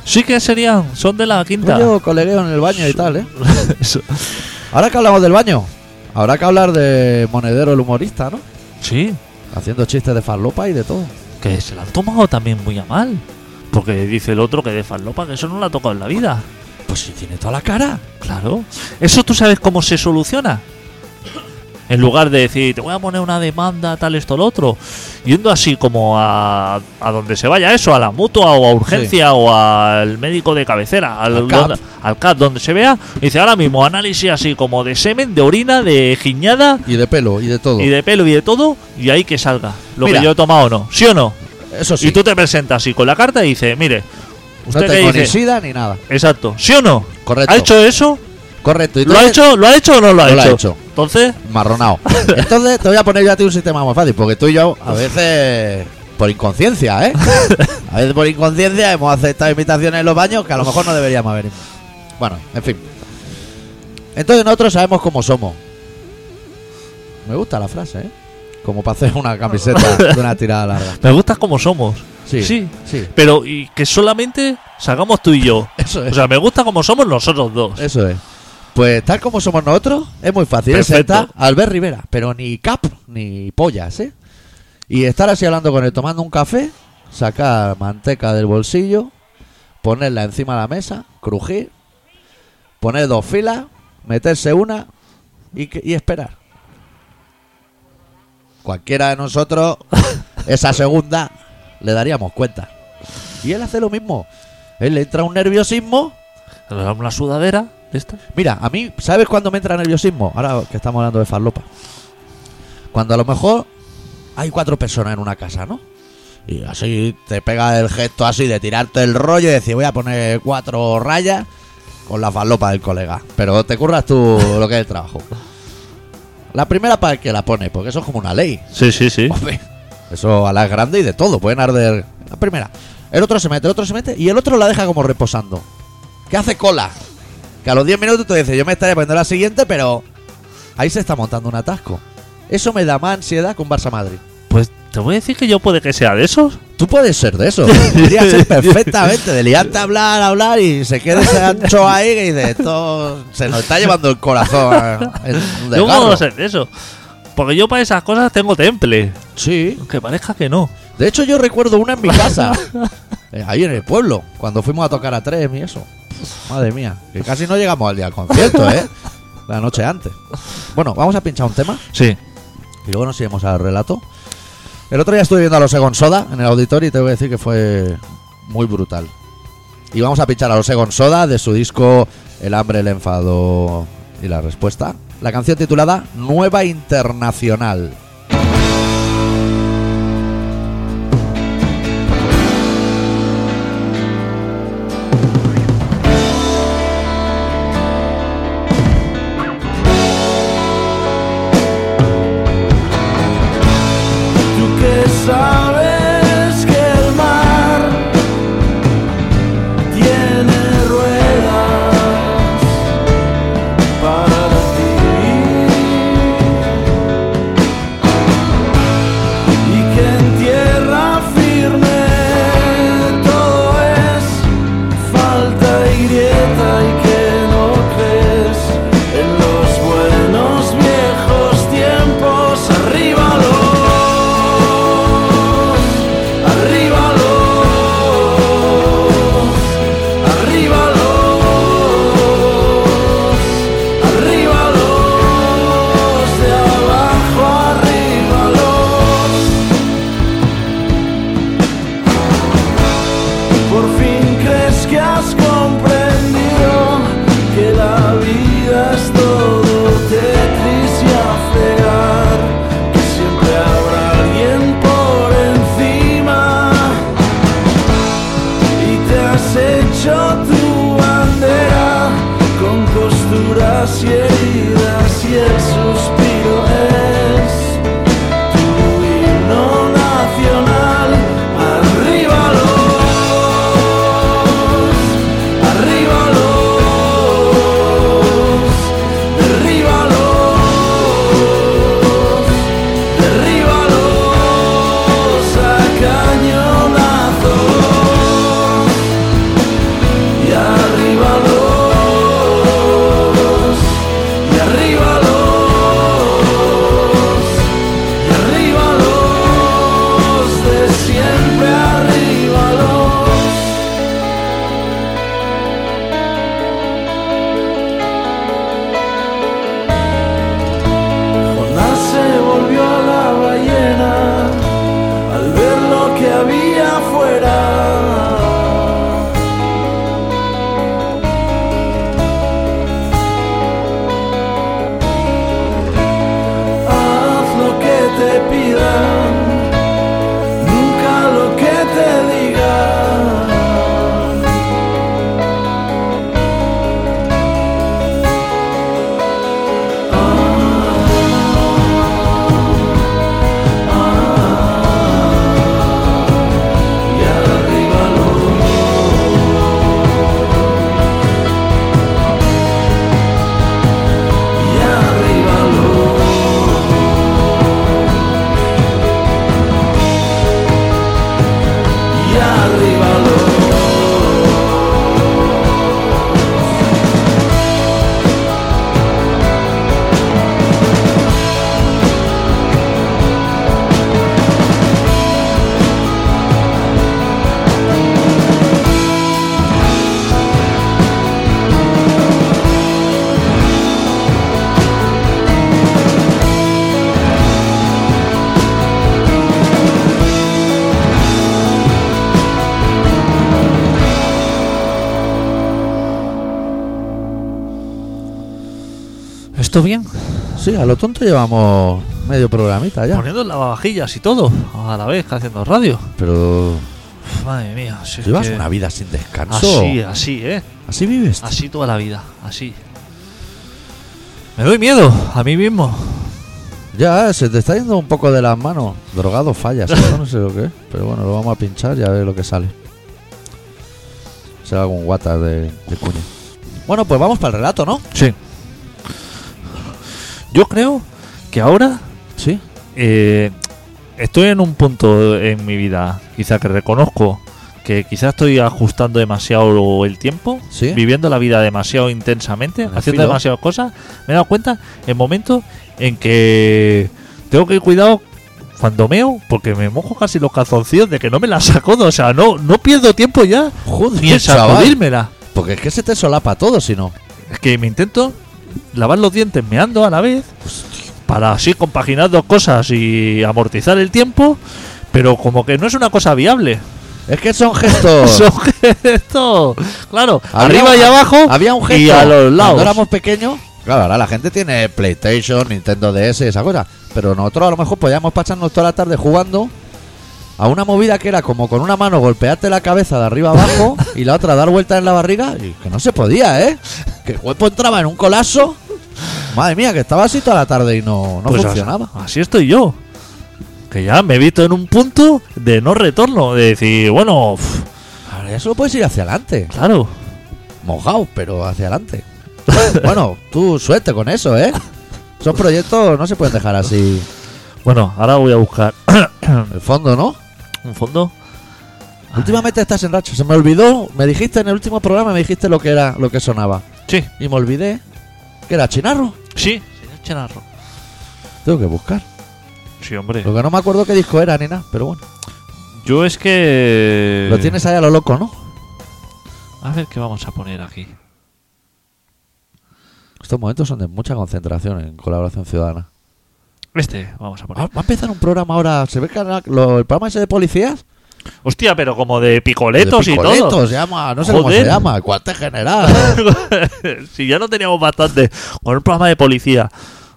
Sí que serían, son de la quinta. Rollo colegueo en el baño y tal, ¿eh? Eso. Ahora que hablamos del baño, habrá que hablar de Monedero el humorista, ¿no? Sí, Haciendo chistes de farlopa y de todo. que se la han tomado también muy a mal. Porque dice el otro que de farlopa, que eso no la ha tocado en la vida. Pues si tiene toda la cara. Claro. ¿Eso tú sabes cómo se soluciona? En lugar de decir, te voy a poner una demanda, tal, esto, lo otro. Yendo así como a, a donde se vaya eso, a la mutua o a urgencia o al médico de cabecera, al, Al CAP. donde- al CAP, donde se vea. Dice ahora mismo análisis así como de semen, de orina, de giñada Y de pelo y de todo. y de pelo y de todo. Y ahí que salga lo Mira. que yo he tomado o no. ¿Sí o no? Eso sí. Y tú te presentas así con la carta y dices, mire, no usted qué tengo ni dice. sida ni nada. Exacto. ¿Sí o no? Correcto. ¿Ha hecho eso? Correcto. Y ¿Lo ha entonces- hecho? ¿Lo ha hecho o no lo ha No hecho? lo ha hecho. Entonces, Marronao. Entonces te voy a poner yo a ti un sistema más fácil, porque tú y yo a veces por inconsciencia, ¿eh? A veces por inconsciencia hemos aceptado invitaciones en los baños que a lo mejor no deberíamos haber. Bueno, en fin. Entonces nosotros sabemos cómo somos. Me gusta la frase, ¿eh? Como para hacer una camiseta de una tirada larga. me gusta como somos. Sí, Sí. sí. Pero y que solamente salgamos tú y yo. Eso O es. sea, me gusta como somos nosotros dos. Eso es. Pues tal como somos nosotros, es muy fácil. Es Perfecto. sentar a Albert Rivera, pero ni cap ni pollas, ¿eh? Y estar así hablando con él, tomando un café, sacar manteca del bolsillo, ponerla encima de la mesa, crujir, poner dos filas, meterse una y, que- y esperar. Cualquiera de nosotros, esa segunda, le daríamos cuenta. Y él hace lo mismo. Él le entra un nerviosismo Nos damos Una sudadera de estas. Mira, a mí, ¿sabes cuándo me entra nerviosismo? Ahora que estamos hablando de farlopa. Cuando a lo mejor hay cuatro personas en una casa, ¿no? Y así te pega el gesto así de tirarte el rollo y decir, voy a poner cuatro rayas con la farlopa del colega. Pero te curras tú lo que es el trabajo. La primera para el que la pone, porque eso es como una ley. Sí, sí, sí. Hombre, Eso a las grandes y de todo, pueden arder. La primera. El otro se mete, el otro se mete y el otro la deja como reposando. Que hace cola. Que a los 10 minutos te dice, yo me estaré poniendo la siguiente, pero ahí se está montando un atasco. Eso me da más ansiedad con Barça Madrid. Pues te voy a decir que yo puede que sea de esos. Tú puedes ser de eso. Podrías ser perfectamente de liarte a hablar, a hablar y se queda ese ancho ahí y dice, esto se nos está llevando el corazón. eh, en un Yo puedo desgarro". ser de esos. Porque yo para esas cosas tengo temple. Sí. Aunque parezca que no. De hecho, yo recuerdo una en mi casa. eh, ahí en el pueblo, cuando fuimos a tocar a tres y eso. Madre mía, que casi no llegamos al día del concierto, ¿eh? La noche antes. Bueno, vamos a pinchar un tema Sí. y luego nos iremos al relato. El otro día estuve viendo a los Egon Soda en el auditorio y te voy a decir que fue muy brutal. Y vamos a pinchar a los Egon Soda de su disco El hambre, el enfado y la respuesta. La canción titulada Nueva Internacional. Tú que sabes que el mar tiene ruedas para ti ¿Esto bien? Sí, a lo tonto llevamos medio programita ya. Poniendo lavavajillas y todo a la vez, haciendo radio. Pero Uf, madre mía, si es llevas que- una vida sin descanso. Así, así, ¿eh? Así vives. Así toda la vida, así. Me doy miedo a mí mismo. Ya, se te está yendo un poco de las manos. Drogado fallas, eso no sé lo que es. Pero bueno, lo vamos a pinchar y a ver lo que sale. Será algún guata de, de cuña. Bueno, pues vamos para el relato, ¿no? Sí. Yo creo que ahora Sí. eh, estoy en un punto en mi vida, quizá que reconozco que quizá estoy ajustando demasiado el tiempo, Sí. viviendo la vida demasiado intensamente, Al haciendo filo. demasiadas cosas. Me he dado cuenta en momentos en que tengo que ir cuidado cuando meo, porque me mojo casi los calzoncillos de que no me la saco, o sea, no, no pierdo tiempo ya ni en Joder, chaval. sacudírmela. Porque es que se te solapa todo, si no. Es que me intento lavar los dientes meando a la vez pues, para así compaginar dos cosas y amortizar el tiempo, pero como que no es una cosa viable. Es que son gestos. Son gestos, claro, Oh. Había arriba y un- abajo Había un gesto. y a los lados. Cuando éramos pequeños, claro, ahora la gente tiene PlayStation, Nintendo DS, esa cosa. Pero nosotros a lo mejor podíamos pasarnos toda la tarde jugando a una movida que era como con una mano golpearte la cabeza de arriba abajo y la otra dar vueltas en la barriga. Y que no se podía, ¿eh? Que el cuerpo entraba en un colapso. Madre mía, que estaba así toda la tarde y no, no Pues as- funcionaba. Así, estoy yo. Que ya me he visto en un punto de no retorno, de decir, bueno, uf, Ahora ya solo puedes ir hacia adelante. claro, Mojado, pero hacia adelante. bueno, tú suerte con eso, ¿eh? Esos proyectos no se pueden dejar así. bueno, ahora voy a buscar El fondo, ¿no? un fondo. Últimamente estás en racho. Se me olvidó. Me dijiste en el último programa, me dijiste lo que era, lo que sonaba. Sí, Y me olvidé que era chinarro. sí, señor Chenarro. Tengo que buscar. Sí, hombre. Lo que no me acuerdo qué disco era ni nada, pero bueno. Yo es que. Lo tienes ahí a lo loco, ¿no? A ver qué vamos a poner aquí. Estos momentos son de mucha concentración en colaboración ciudadana. Este vamos a poner. Ah, va a empezar un programa ahora. ¿Se ve que ahora lo- el programa ese de policías? Ah, Hostia, pero como de picoletos, De y todo. Picoletos, se llama. No sé cómo Joder. se llama. El cuartel general. si ya no teníamos bastante con un programa de policía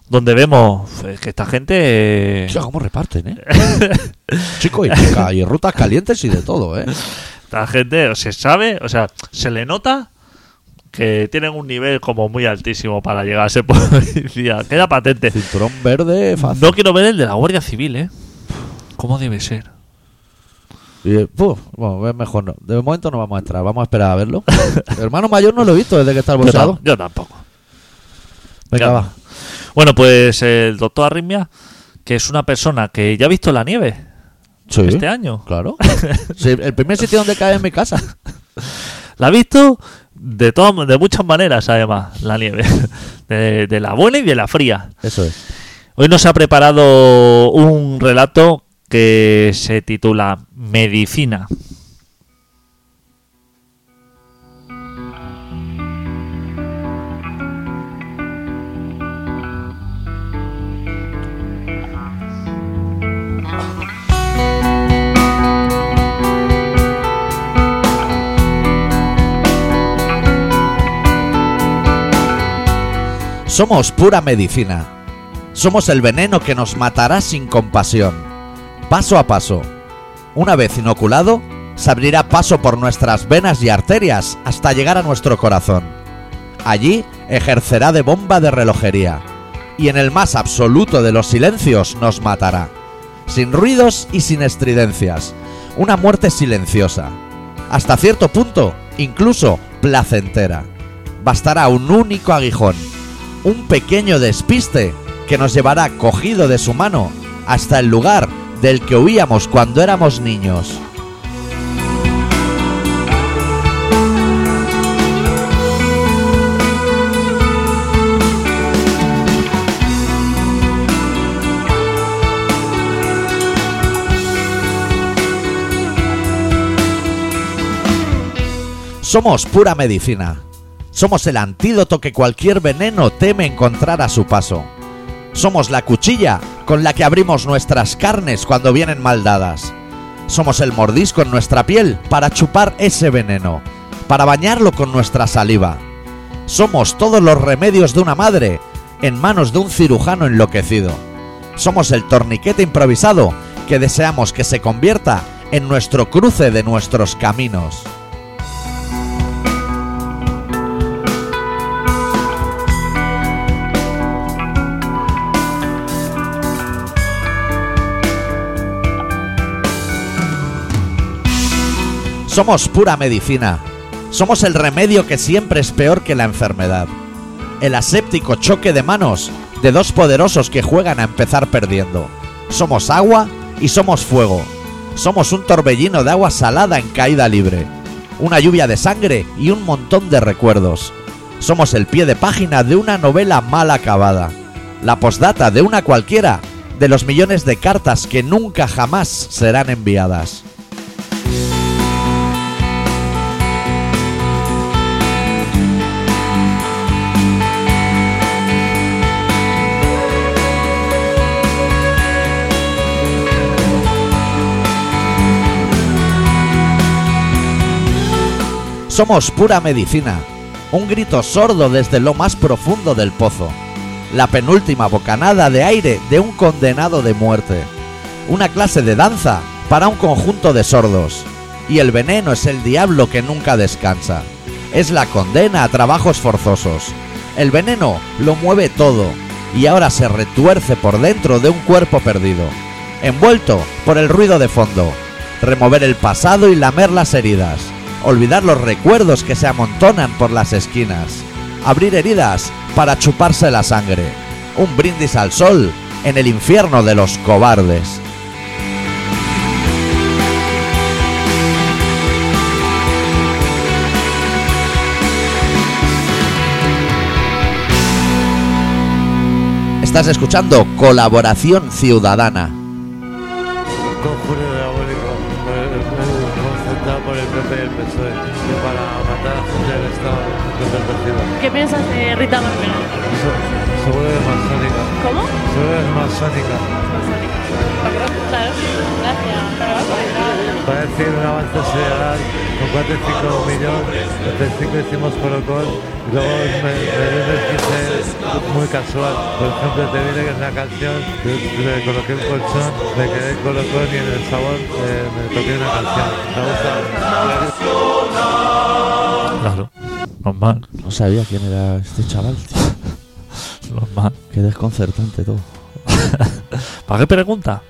donde vemos pues, que esta gente. Hostia, cómo reparten, ¿eh? Chico y chica. Y rutas calientes y de todo, ¿eh? Esta gente se sabe, o sea, se le nota que tienen un nivel como muy altísimo para llegar a ser policía. Queda patente. Cinturón verde, fácil. No quiero ver el de la Guardia Civil, ¿eh? ¿Cómo debe ser? Y, eh, puf, bueno, es mejor no. De momento no vamos a entrar, vamos a esperar a verlo. El hermano mayor no lo he visto desde que está el Yo, bolsado. tam- yo tampoco. Venga, Ya. va. Bueno, pues el doctor Arritmia, que es una persona que ya ha visto la nieve Sí, este año. claro. Sí, el primer sitio donde cae es mi casa. La ha visto de todas, de muchas maneras, además, la nieve. De, de la buena y de la fría. Eso es. Hoy nos ha preparado un relato que se titula Medicina. Somos pura medicina. Somos el veneno que nos matará sin compasión. Paso a paso. Una vez inoculado, se abrirá paso por nuestras venas y arterias hasta llegar a nuestro corazón. Allí ejercerá de bomba de relojería y en el más absoluto de los silencios nos matará. Sin ruidos y sin estridencias. Una muerte silenciosa. Hasta cierto punto, incluso placentera. Bastará un único aguijón, un pequeño despiste que nos llevará cogido de su mano hasta el lugar del que huíamos cuando éramos niños. Somos pura medicina. Somos el antídoto que cualquier veneno teme encontrar a su paso. Somos la cuchilla con la que abrimos nuestras carnes cuando vienen mal dadas. Somos el mordisco en nuestra piel para chupar ese veneno, para bañarlo con nuestra saliva. Somos todos los remedios de una madre en manos de un cirujano enloquecido. Somos el torniquete improvisado que deseamos que se convierta en nuestro cruce de nuestros caminos. Somos pura medicina. Somos el remedio que siempre es peor que la enfermedad. El aséptico choque de manos de dos poderosos que juegan a empezar perdiendo. Somos agua y somos fuego. Somos un torbellino de agua salada en caída libre. Una lluvia de sangre y un montón de recuerdos. Somos el pie de página de una novela mal acabada. La postdata de una cualquiera de los millones de cartas que nunca jamás serán enviadas. Somos pura medicina, un grito sordo desde lo más profundo del pozo, la penúltima bocanada de aire de un condenado de muerte, una clase de danza para un conjunto de sordos, y el veneno es el diablo que nunca descansa, es la condena a trabajos forzosos, el veneno lo mueve todo y ahora se retuerce por dentro de un cuerpo perdido, envuelto por el ruido de fondo, remover el pasado y lamer las heridas olvidar los recuerdos que se amontonan por las esquinas, abrir heridas para chuparse la sangre, un brindis al sol en el infierno de los cobardes. Estás escuchando Colaboración Ciudadana. conjuro diabólico concentrado por el PP y el PSOE que para matar a gente del Estado pervertido. ¿Qué piensas de Rita Barberá? Se, se vuelve masónica, ¿Cómo? Pues, se vuelve masónica. Claro, gracias. Va a decir un avance sideral con 4 y 5 millones, 35 hicimos Procol y luego me, me viene el 15 muy casual. Por ejemplo, te diré que en la canción le, le coloqué un colchón, me quedé con colocón y en el sabor eh, me toqué una canción. Me gusta. Claro. Normal, No sabía quién era este chaval, tío. normal. Qué desconcertante todo. ¿Para qué pregunta?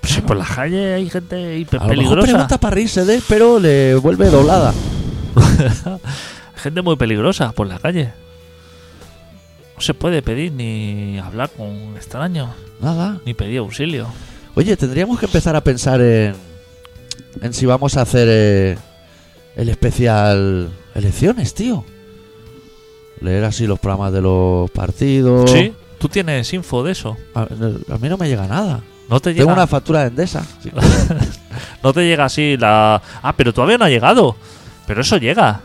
Pues por las calles hay gente hiper A lo mejor peligrosa. pregunta para reírse de él, pero le vuelve doblada. gente muy peligrosa por la calle. No se puede pedir ni hablar con extraños, Nada. ni pedir auxilio. Oye, tendríamos que empezar a pensar en. En si vamos a hacer eh, el especial elecciones, tío. Leer así los programas de los partidos. ¿Sí? ¿Tú tienes info de eso? A, a mí no me llega nada. ¿No te Tengo llega, una factura de Endesa. Sí. no te llega así la... Ah, pero todavía no ha llegado. Pero eso llega.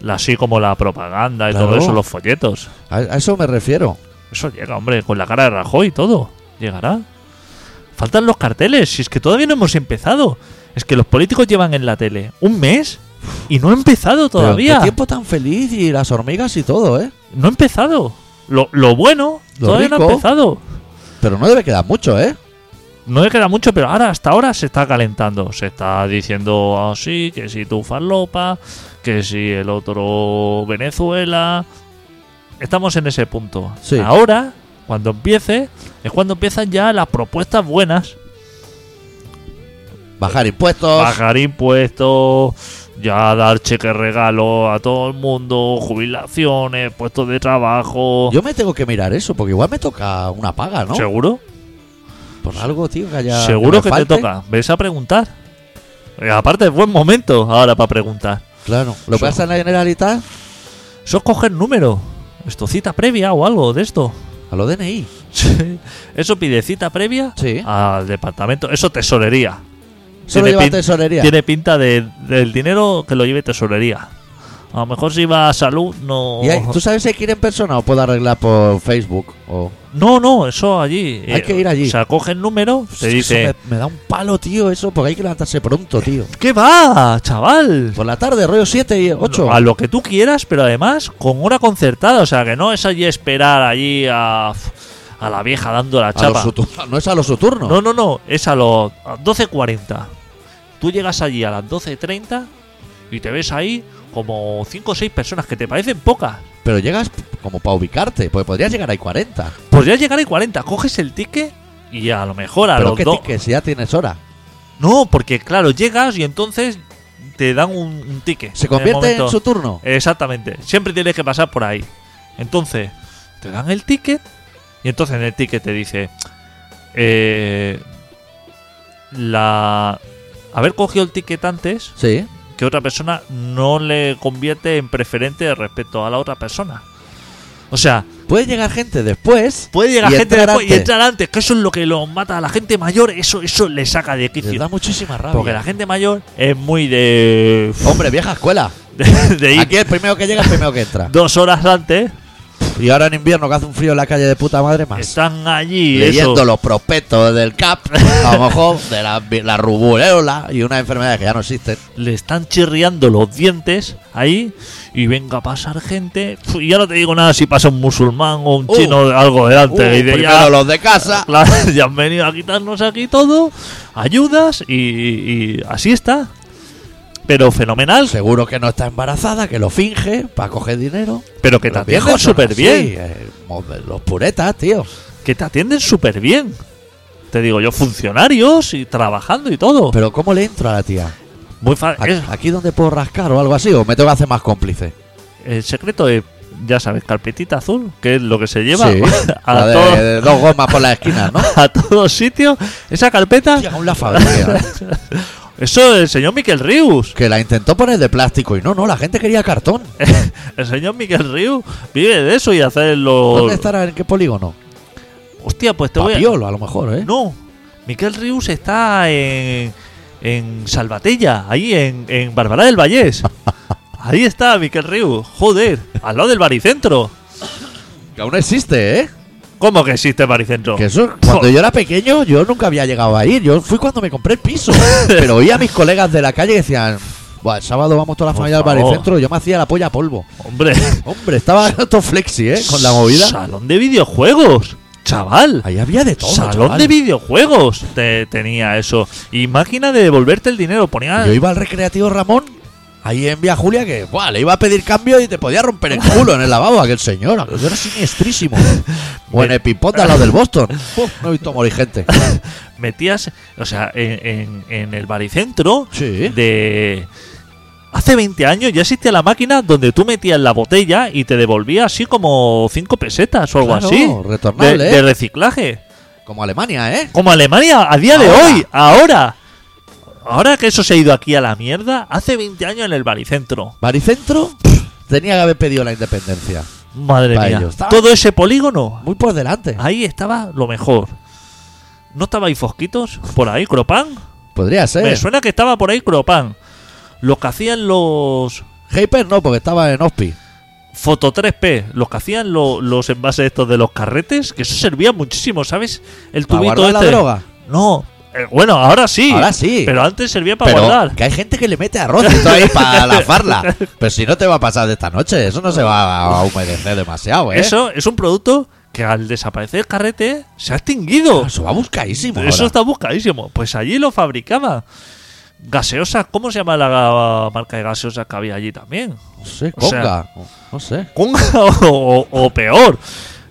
La- así como la propaganda y Claro. todo eso, los folletos. A, a eso me refiero. Eso llega, hombre, con la cara de Rajoy y todo. Llegará. Faltan los carteles, si es que todavía no hemos empezado. Es que los políticos llevan en la tele un mes y no ha empezado Pero todavía. qué tiempo tan feliz y las hormigas y todo, ¿eh? No ha empezado. Lo, lo bueno Lo todavía no ha rico. empezado. Pero no debe quedar mucho, ¿eh? No le queda mucho, pero ahora hasta ahora se está calentando. Se está diciendo así, que si tú farlopa, que si el otro Venezuela. Estamos en ese punto. Sí. Ahora, cuando empiece, es cuando empiezan ya las propuestas buenas. Bajar impuestos. Bajar impuestos, ya dar cheque regalo a todo el mundo, jubilaciones, puestos de trabajo. Yo me tengo que mirar eso, porque igual me toca una paga, ¿no? ¿Seguro? Por algo, tío, que haya. Seguro me que, te falte. toca. ¿Ves a preguntar? Eh, aparte, es buen momento ahora para preguntar. Claro. Lo que Seguro. pasa en la Generalitat, Eso es coger número. Esto cita previa o algo de esto. a lo DNI. Sí. Eso pide cita previa Sí. al departamento. Eso tesorería. Solo Ah, Tiene lleva pin- tesorería. Tiene pinta de- del dinero que lo lleve tesorería. A lo mejor si va a salud, no. Y hay- ¿Tú sabes si hay que ir en persona o puedo arreglar por Facebook? O... No, no, eso allí. Hay que ir allí. O sea, coge el número, Eso te dice. Me, me da un palo, tío, eso, porque hay que levantarse pronto, tío. ¿Qué va, chaval? Por la tarde, rollo 7 y 8. A lo que tú quieras, pero además con hora concertada. O sea, que no es allí esperar allí a, a la vieja dando la chapa. No es a los su turno. No, no, no, es a los a 12.40. Tú llegas allí a las 12.30 y te ves ahí como 5 o 6 personas que te parecen pocas. Pero llegas p- como para ubicarte, porque podrías llegar ahí 40. Podrías Pues llegar a 40, coges el ticket y a lo mejor a Pero los qué dos. tickets, si ya tienes hora. No, porque claro, llegas y entonces te dan un, un ticket. Se en el convierte en momento. Eh. su turno. Exactamente, siempre tienes que pasar por ahí. Entonces, te dan el ticket y entonces en el ticket te dice, eh, la... Haber cogido el ticket antes Sí. que otra persona no le convierte en preferente respecto a la otra persona. O sea, Puede llegar gente después. puede llegar Y gente entrar después y antes. entrar antes, que eso es lo que lo mata a la gente mayor, eso, eso le saca de Les quicio. da muchísima rabia. Porque la gente mayor es muy de, Hombre, vieja escuela. de, de ir Aquí el primero que llega, el primero que entra. dos horas antes, Y ahora en invierno que hace un frío en la calle de puta madre más. están allí Leyendo eso, los prospectos del CAP, a lo mejor de la, la rubuleola y unas enfermedades que ya no existen. le están chirriando los dientes ahí y venga a pasar gente. Uf, Y ya no te digo nada si pasa un musulmán o un Uh, chino o algo delante. Uh, y de primero ya- los de casa. Claro, ya han venido a quitarnos aquí todo, ayudas y, y así está. Pero fenomenal, Seguro que no está embarazada, que lo finge para coger dinero. pero que Los te atienden viejos son súper así, bien. eh, mo- los puretas, tío. Que te atienden súper bien. Te digo yo, funcionarios y trabajando y todo. Pero ¿cómo le entro a la tía? Muy fácil. ¿Aquí, aquí donde puedo rascar o algo así? ¿O me tengo que hacer más cómplice? El secreto es, ya sabes, carpetita azul, que es lo que se lleva Sí. a, La de- todo- de dos gomas por las esquinas, ¿no? a todos sitios. Esa carpeta, Llega la fábrica. eso el señor Miquel Rius. Que la intentó poner de plástico y no, no, la gente quería cartón. El señor Miquel Rius vive de eso y hacer los... ¿Dónde estará? ¿En qué polígono? Hostia, pues te voy a... Papiolo, a lo mejor, ¿eh? No, Miquel Rius está en, en Salvatella, ahí en, en Barbará del Vallés. Ahí está Miquel Rius, joder, al lado del baricentro. Que aún existe, ¿eh? ¿Cómo que existe baricentro? Que eso, cuando yo era pequeño, yo nunca había llegado a ir. Yo fui cuando me compré el piso. Pero oía a mis colegas de la calle que decían: Buah, el sábado vamos toda la Por familia al favor. baricentro. Yo me hacía la polla a polvo. Hombre, Hombre, estaba todo flexi, ¿eh? Con la movida. Salón de videojuegos, chaval. Ahí había de todo. Salón chaval. de videojuegos te- tenía eso. Y máquina de devolverte el dinero. Ponía. Yo iba al recreativo Ramón, ahí en Vía Julia, que buah, le iba a pedir cambio y te podía romper el culo en el lavabo aquel señor. Aquel era siniestrísimo. o en Epiponda, lo del Boston. Uf, no he visto morir gente. Metías. O sea, en, en- en el baricentro. Sí. de... Hace 20 años ya existía la máquina donde tú metías la botella y te devolvía así como 5 pesetas o algo Claro, así. retornable, De, ¿eh? de reciclaje. Como Alemania, ¿eh? Como Alemania a día de Ahora. hoy, ahora. Ahora que eso se ha ido aquí a la mierda, hace 20 años en el baricentro. Baricentro tenía que haber pedido la independencia. Madre Pa' mía. ellos. Todo ese polígono. Muy por delante. Ahí estaba lo mejor. ¿No estaba ahí Fosquitos? ¿Por ahí, Cropan? Podría Me ser. suena que estaba por ahí Cropan. Lo que hacían los Hyper no, porque estaba en Ospi. Foto 3P, los que hacían lo- los envases estos de los carretes, que eso servía muchísimo, ¿sabes? El ¿Para tubito guardar este. la droga? No, eh, bueno, ahora sí. Ahora sí. Pero antes servía para Pero guardar. que hay gente que le mete arroz y todo ahí para la farla. Pero si no te va a pasar de esta noche, eso no se va a humedecer demasiado, ¿eh? Eso es un producto que al desaparecer el carrete se ha extinguido. Eso va buscadísimo. Eso Ah, ahora. está buscadísimo. Pues allí lo fabricaba. Gaseosa, ¿cómo se llama la ga- marca de gaseosa que había allí también? No sé, O sea- conga. no sé. Conga o, o- o peor.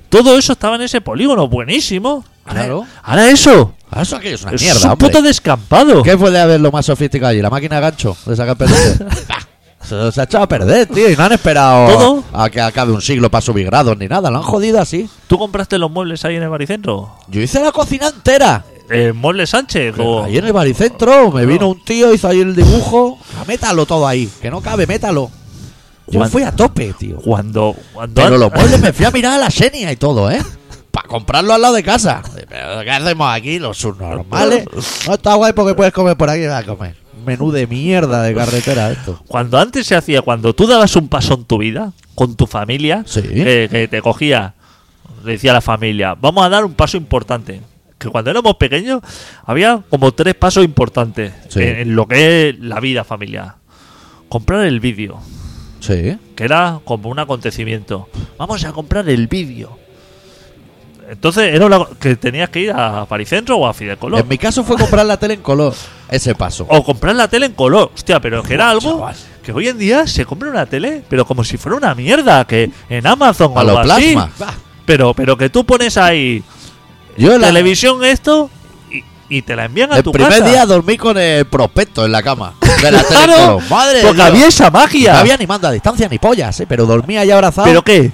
Todo eso estaba en ese polígono, buenísimo. Ahora- Claro. Ahora eso. Ah, Eso aquello es una Eso mierda, es un hombre. puto descampado. ¿Qué puede haber lo más sofisticado allí? La máquina de gancho de sacar pelotes. Bah, se, se ha echado a perder, tío. Y no han esperado ¿Todo? a que acabe un siglo para subir grados ni nada. Lo han jodido así. ¿Tú compraste los muebles ahí en el baricentro? Yo hice la cocina entera. Eh, Mueble Sánchez. o- Ahí en el baricentro me vino un tío, hizo ahí el dibujo. Ah, Métalo todo ahí. Que no cabe, métalo. Yo Juan- fui a tope, tío. Cuando. cuando Pero los muebles me fui a mirar a la Xenia y todo, ¿eh? Para comprarlo al lado de casa. Pero ¿qué hacemos aquí? Los subnormales. No está guay porque puedes comer por aquí, vas a comer. menú de mierda de carretera esto. Cuando antes se hacía, cuando tú dabas un paso en tu vida, con tu familia, Sí. que, que te cogía, le decía a la familia, vamos a dar un paso importante. Que cuando éramos pequeños había como tres pasos importantes Sí. en, en lo que es la vida familiar. Comprar el vídeo, Sí. que era como un acontecimiento. Vamos a comprar el vídeo. Entonces era una- que tenías que ir a Paricentro o a Fidecolor. En mi caso fue comprar la tele en color. Ese paso. O comprar la tele en color. Hostia, pero que era algo chaval. que hoy en día se compra una tele, pero como si fuera una mierda, que en Amazon o a algo lo plasma. así. Pero, pero que tú pones ahí Yo la, televisión esto y, y te la envían a el tu primer casa. día dormí con el prospecto en la cama. De la tele en Claro, color. Madre de porque Dios. había esa No magia. había ni mando a distancia ni pollas, ¿eh? pero dormía ya abrazado. ¿Pero qué?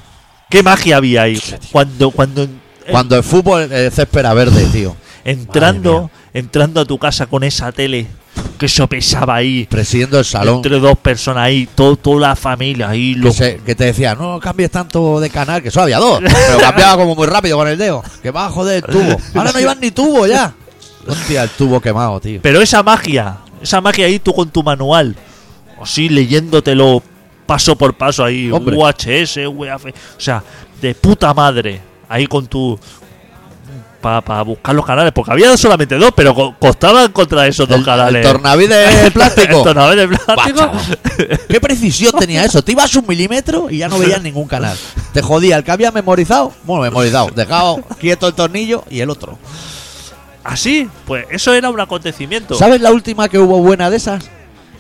¿Qué magia había ahí? Cuando, cuando en- Cuando el fútbol eh, césped era verde, tío. entrando, entrando a tu casa con esa tele que eso pesaba ahí. Presidiendo el salón. Entre dos personas ahí, todo, toda la familia ahí, Que, los se- que te decía, no cambies tanto de canal, que solo había dos. Pero cambiaba como muy rápido con el dedo. Que va a joder el tubo. Ahora no llevan ni tubo ya. Hostia, el tubo quemado, tío. Pero esa magia, esa magia ahí tú con tu manual, así leyéndotelo paso por paso ahí, Hombre. UHS, UAF, o sea, de puta madre, ahí con tu. Para buscar los canales, porque había solamente dos, pero co- costaba encontrar esos dos El, el canales. tornavid de El plástico. tornavés de plástico. Bah, ¿Qué precisión tenía eso? Te ibas un milímetro y ya no veías ningún canal. Te jodía el que había memorizado. Bueno, memorizado. Dejado quieto el tornillo y el otro. Así, pues eso era un acontecimiento. ¿Sabes la última que hubo buena de esas?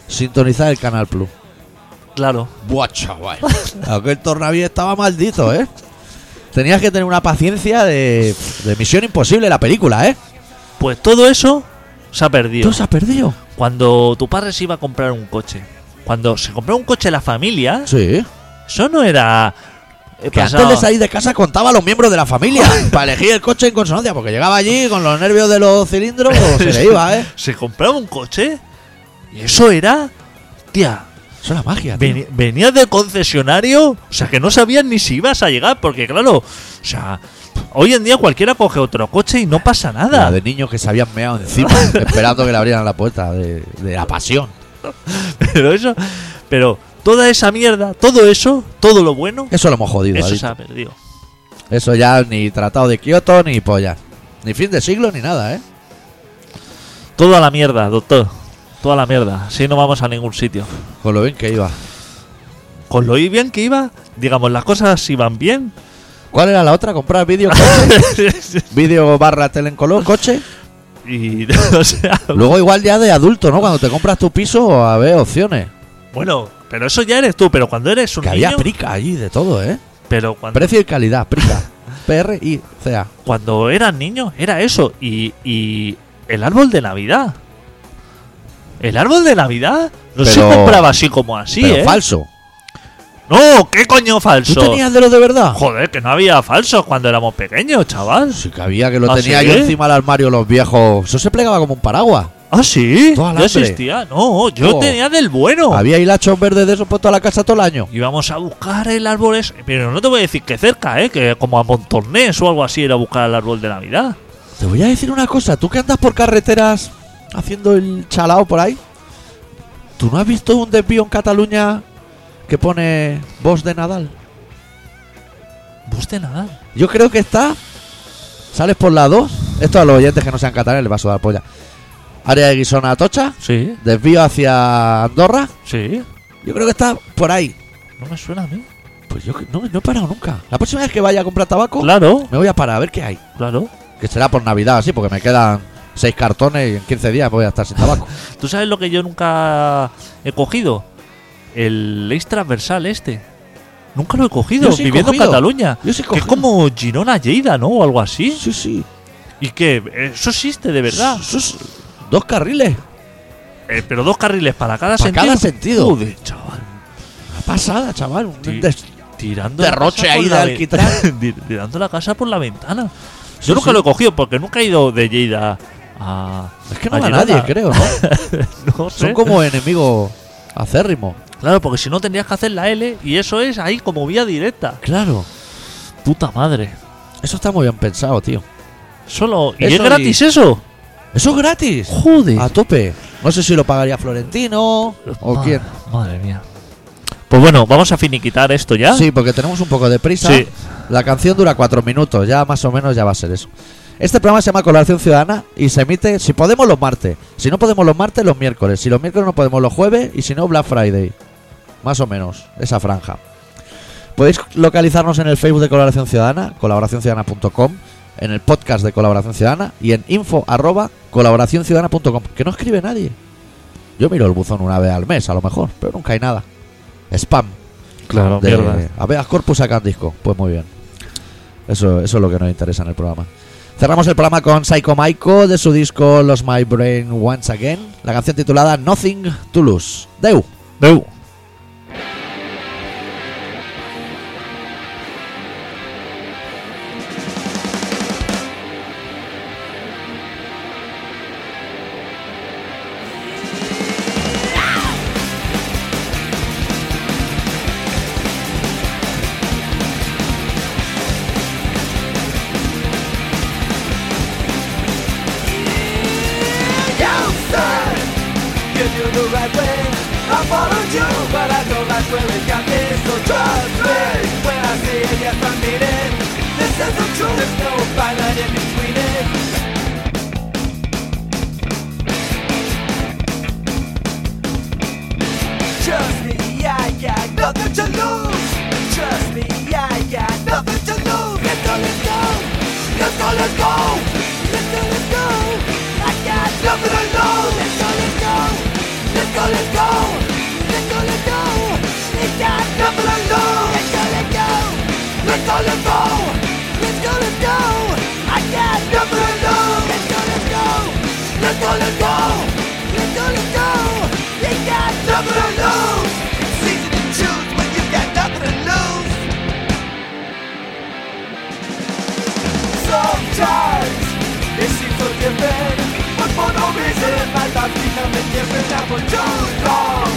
Sintonizar el Canal Plus. Claro. Buah, chaval. Aquel tornaviés estaba maldito, ¿eh? Tenías que tener una paciencia de, de misión imposible la película, ¿eh? Pues todo eso se ha perdido. Tú se has perdido. Cuando tu padre se iba a comprar un coche, cuando se compró un coche la familia, Sí. Eso no era. eh, he Que pasado- antes de salir de casa contaba a los miembros de la familia para elegir el coche en consonancia, porque llegaba allí con los nervios de los cilindros, se le iba, ¿eh? Se compraba un coche y eso era. Tía, Eso es la magia. tío. veni- venías del concesionario, o sea que no sabías ni si ibas a llegar, porque claro, o sea, hoy en día cualquiera coge otro coche y no pasa La nada. de niños que se habían meado encima, esperando que le abrieran la puerta de, de la pasión. Pero eso, pero toda esa mierda, todo eso, todo lo bueno, Eso lo hemos jodido, eso Adito. se ha perdido. Eso ya ni tratado de Kioto, ni pollas. Ni fin de siglo, ni nada, ¿eh? Toda la mierda, doctor. Toda la mierda. Si no vamos a ningún sitio. Con lo bien que iba. Con lo bien que iba, digamos, las cosas iban bien. ¿Cuál era la otra? ¿Comprar vídeo? coche? ¿Vídeo barra tele en color? ¿Coche? y, o sea, Luego igual ya de adulto, ¿no? Cuando te compras tu piso, a ver opciones. Bueno, pero eso ya eres tú, pero cuando eres un Que niño, había prica allí de todo, ¿eh? pero cuando, Precio y calidad, prica. P-R-I-C-A. cuando eras niño era eso y, y el árbol de Navidad. El árbol de Navidad no se Pero- compraba así como así, Pero ¿eh? falso. no, qué coño ¿Tú falso. tenías de los de verdad? Joder, que no había falsos cuando éramos pequeños, chaval. Sí que había, que lo ¿Ah, tenía sí? yo encima del armario los viejos. Eso se plegaba como un paraguas. Ah, sí. Todo Yo alambre. existía. No, yo Oh. tenía del bueno. Había hilachos verdes de esos puestos a la casa todo el año. Íbamos a buscar el árbol ese. Pero no te voy a decir que cerca, ¿eh? Que como a Montornés o algo así era buscar el árbol de Navidad. Te voy a decir una cosa. Tú que andas por carreteras haciendo el chalao por ahí, ¿tú no has visto un desvío en Cataluña que pone voz de Nadal? Bus de Nadal. Yo creo que está. Sales por la 2. Esto a los oyentes que no sean catalanes les va a sudar polla. Área de Guisona Atocha. Sí, Desvío hacia Andorra. sí. Yo creo que está por ahí. No me suena a mí. Pues yo que- no, no he parado nunca. La próxima vez que vaya a comprar tabaco, Claro, me voy a parar a ver qué hay. claro. Que será por Navidad, así, porque me quedan seis cartones y en 15 días voy a estar sin tabaco. ¿Tú sabes lo que yo nunca he cogido? El ex transversal este. Nunca lo he cogido, Yo sí he viviendo cogido. en Cataluña. Yo sí Que es como Girona Lleida, ¿no? O algo así. Sí, sí. Y que eso existe de verdad. Sus- dos carriles. Eh, pero dos carriles para cada Para sentido. cada sentido. Joder, chaval. Una pasada, chaval. Un Sí. des- Tirando Derroche la casa ahí por de la alquitrán. ventana. Tir- Tirando la casa por la ventana. Yo Sí, nunca sí. lo he cogido porque nunca he ido de Lleida a. Es que no a va Girona. nadie, creo, ¿no? No sé. Son como enemigos acérrimos. Claro, porque si no tendrías que hacer la L y eso es ahí como vía directa. Claro. Puta madre. Eso está muy bien pensado, tío. Solo. ¿Y Eso es gratis eso? Ah, Eso es gratis. Joder. A tope. No sé si lo pagaría Florentino o Ma- quién. Madre mía. Pues bueno, vamos a finiquitar esto ya. Sí, porque tenemos un poco de prisa. Sí. La canción dura cuatro minutos, ya más o menos ya va a ser eso. Este programa se llama Colaboración Ciudadana y se emite, si podemos, los martes. Si no podemos los martes, los miércoles. Si los miércoles no podemos, los jueves. Y si no, Black Friday. Más o menos, esa franja. Podéis localizarnos en el Facebook de Colaboración Ciudadana, colaboracionciudadana.com, en el podcast de Colaboración Ciudadana y en info arroba colaboracionciudadana.com, que no escribe nadie. Yo miro el buzón una vez al mes, a lo mejor, pero nunca hay nada. Spam. Claro, De- mierda. A ver, a Corpus sacan disco. Pues muy bien. Eso, eso es lo que nos interesa en el programa. Cerramos el programa con Psycho Maiko de su disco Los My Brain Once Again. La canción titulada Nothing to Lose. Deu. Deu. You said you knew the right way. I followed you, but I don't like where it got me. So trust me when I say it, yes I mean it. This is the truth. There's no fine line in between it. Trust me, I got nothing to lose. Trust me, I got nothing to lose. Let's go, let's go. Let's go, let's go. Let's go, let's go. I got nothing to lose. Let's go, let's go. Let's go, let's go. Let's go, let's go. I got nothing to lose. Let's go, let's go. Let's go, let's go. Let's go, let's go. I got nothing to lose. Let's go, let's go. Let's go, let's go. Let's go, let's go. You got nothing to lose. It's easy to choose when you got nothing to lose. Sometimes it seems so different, but for no reason my life becomes different. I for too long,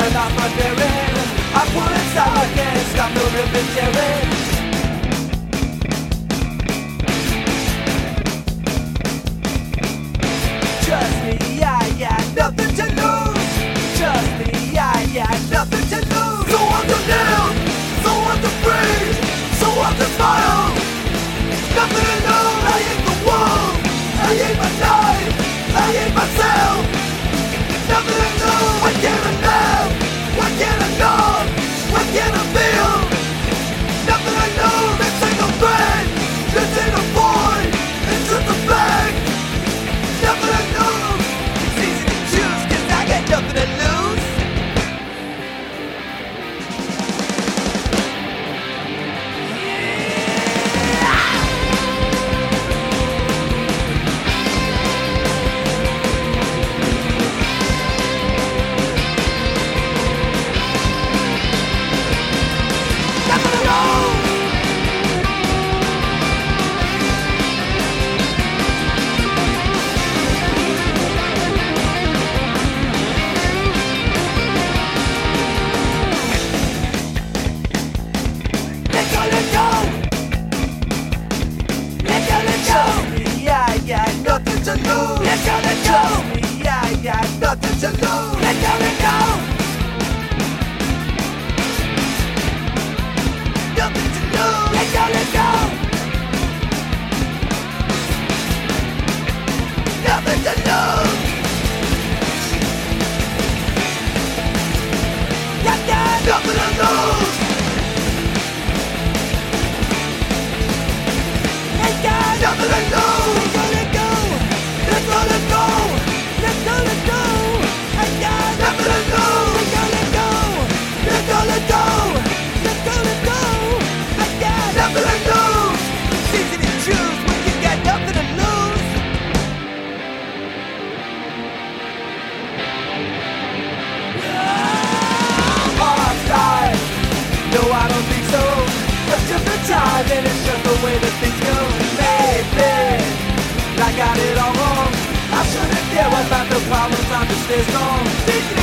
and I'm not daring. I pull inside, I can't stop the ribbon tearing. Trust me, I got nothing to lose. Trust me, I got nothing to lose. So I'm to live, so I'm to breathe, so I'm to smile. Nothing to lose. I hate the world, I hate my life, I hate myself. Nothing to lose. What can I love? What can I love? What can I feel? Nothing I know. This ain't a threat. This ain't a void. It's just a fact. Nothing to lose. It's easy to choose 'cause I got nothing to lose. Nothing to lose. Let's go, let's go. Let's go, let's go. Yeah, I got nothing to lose. Let's go, let's go. Yeah, I got nothing to lose. Let's go, let's go. Nothing to lose. Let's go, let's go. Nothing to lose. Yeah, yeah, nothing to lose. Let's go, let's go. Let's go, let's go. Let's go, let's go. Let's go, let's go. Let's go, let's go. Let's go, let's go. Let's go, let's go. Let's go, let's go. Nothing to lose. It's easy to choose when you got nothing to lose. Offside. No, I don't think so. It's just the time and it's just the way that things go. Maybe I got it all wrong. I shouldn't care about the problems. I'm just this wrong. Thinking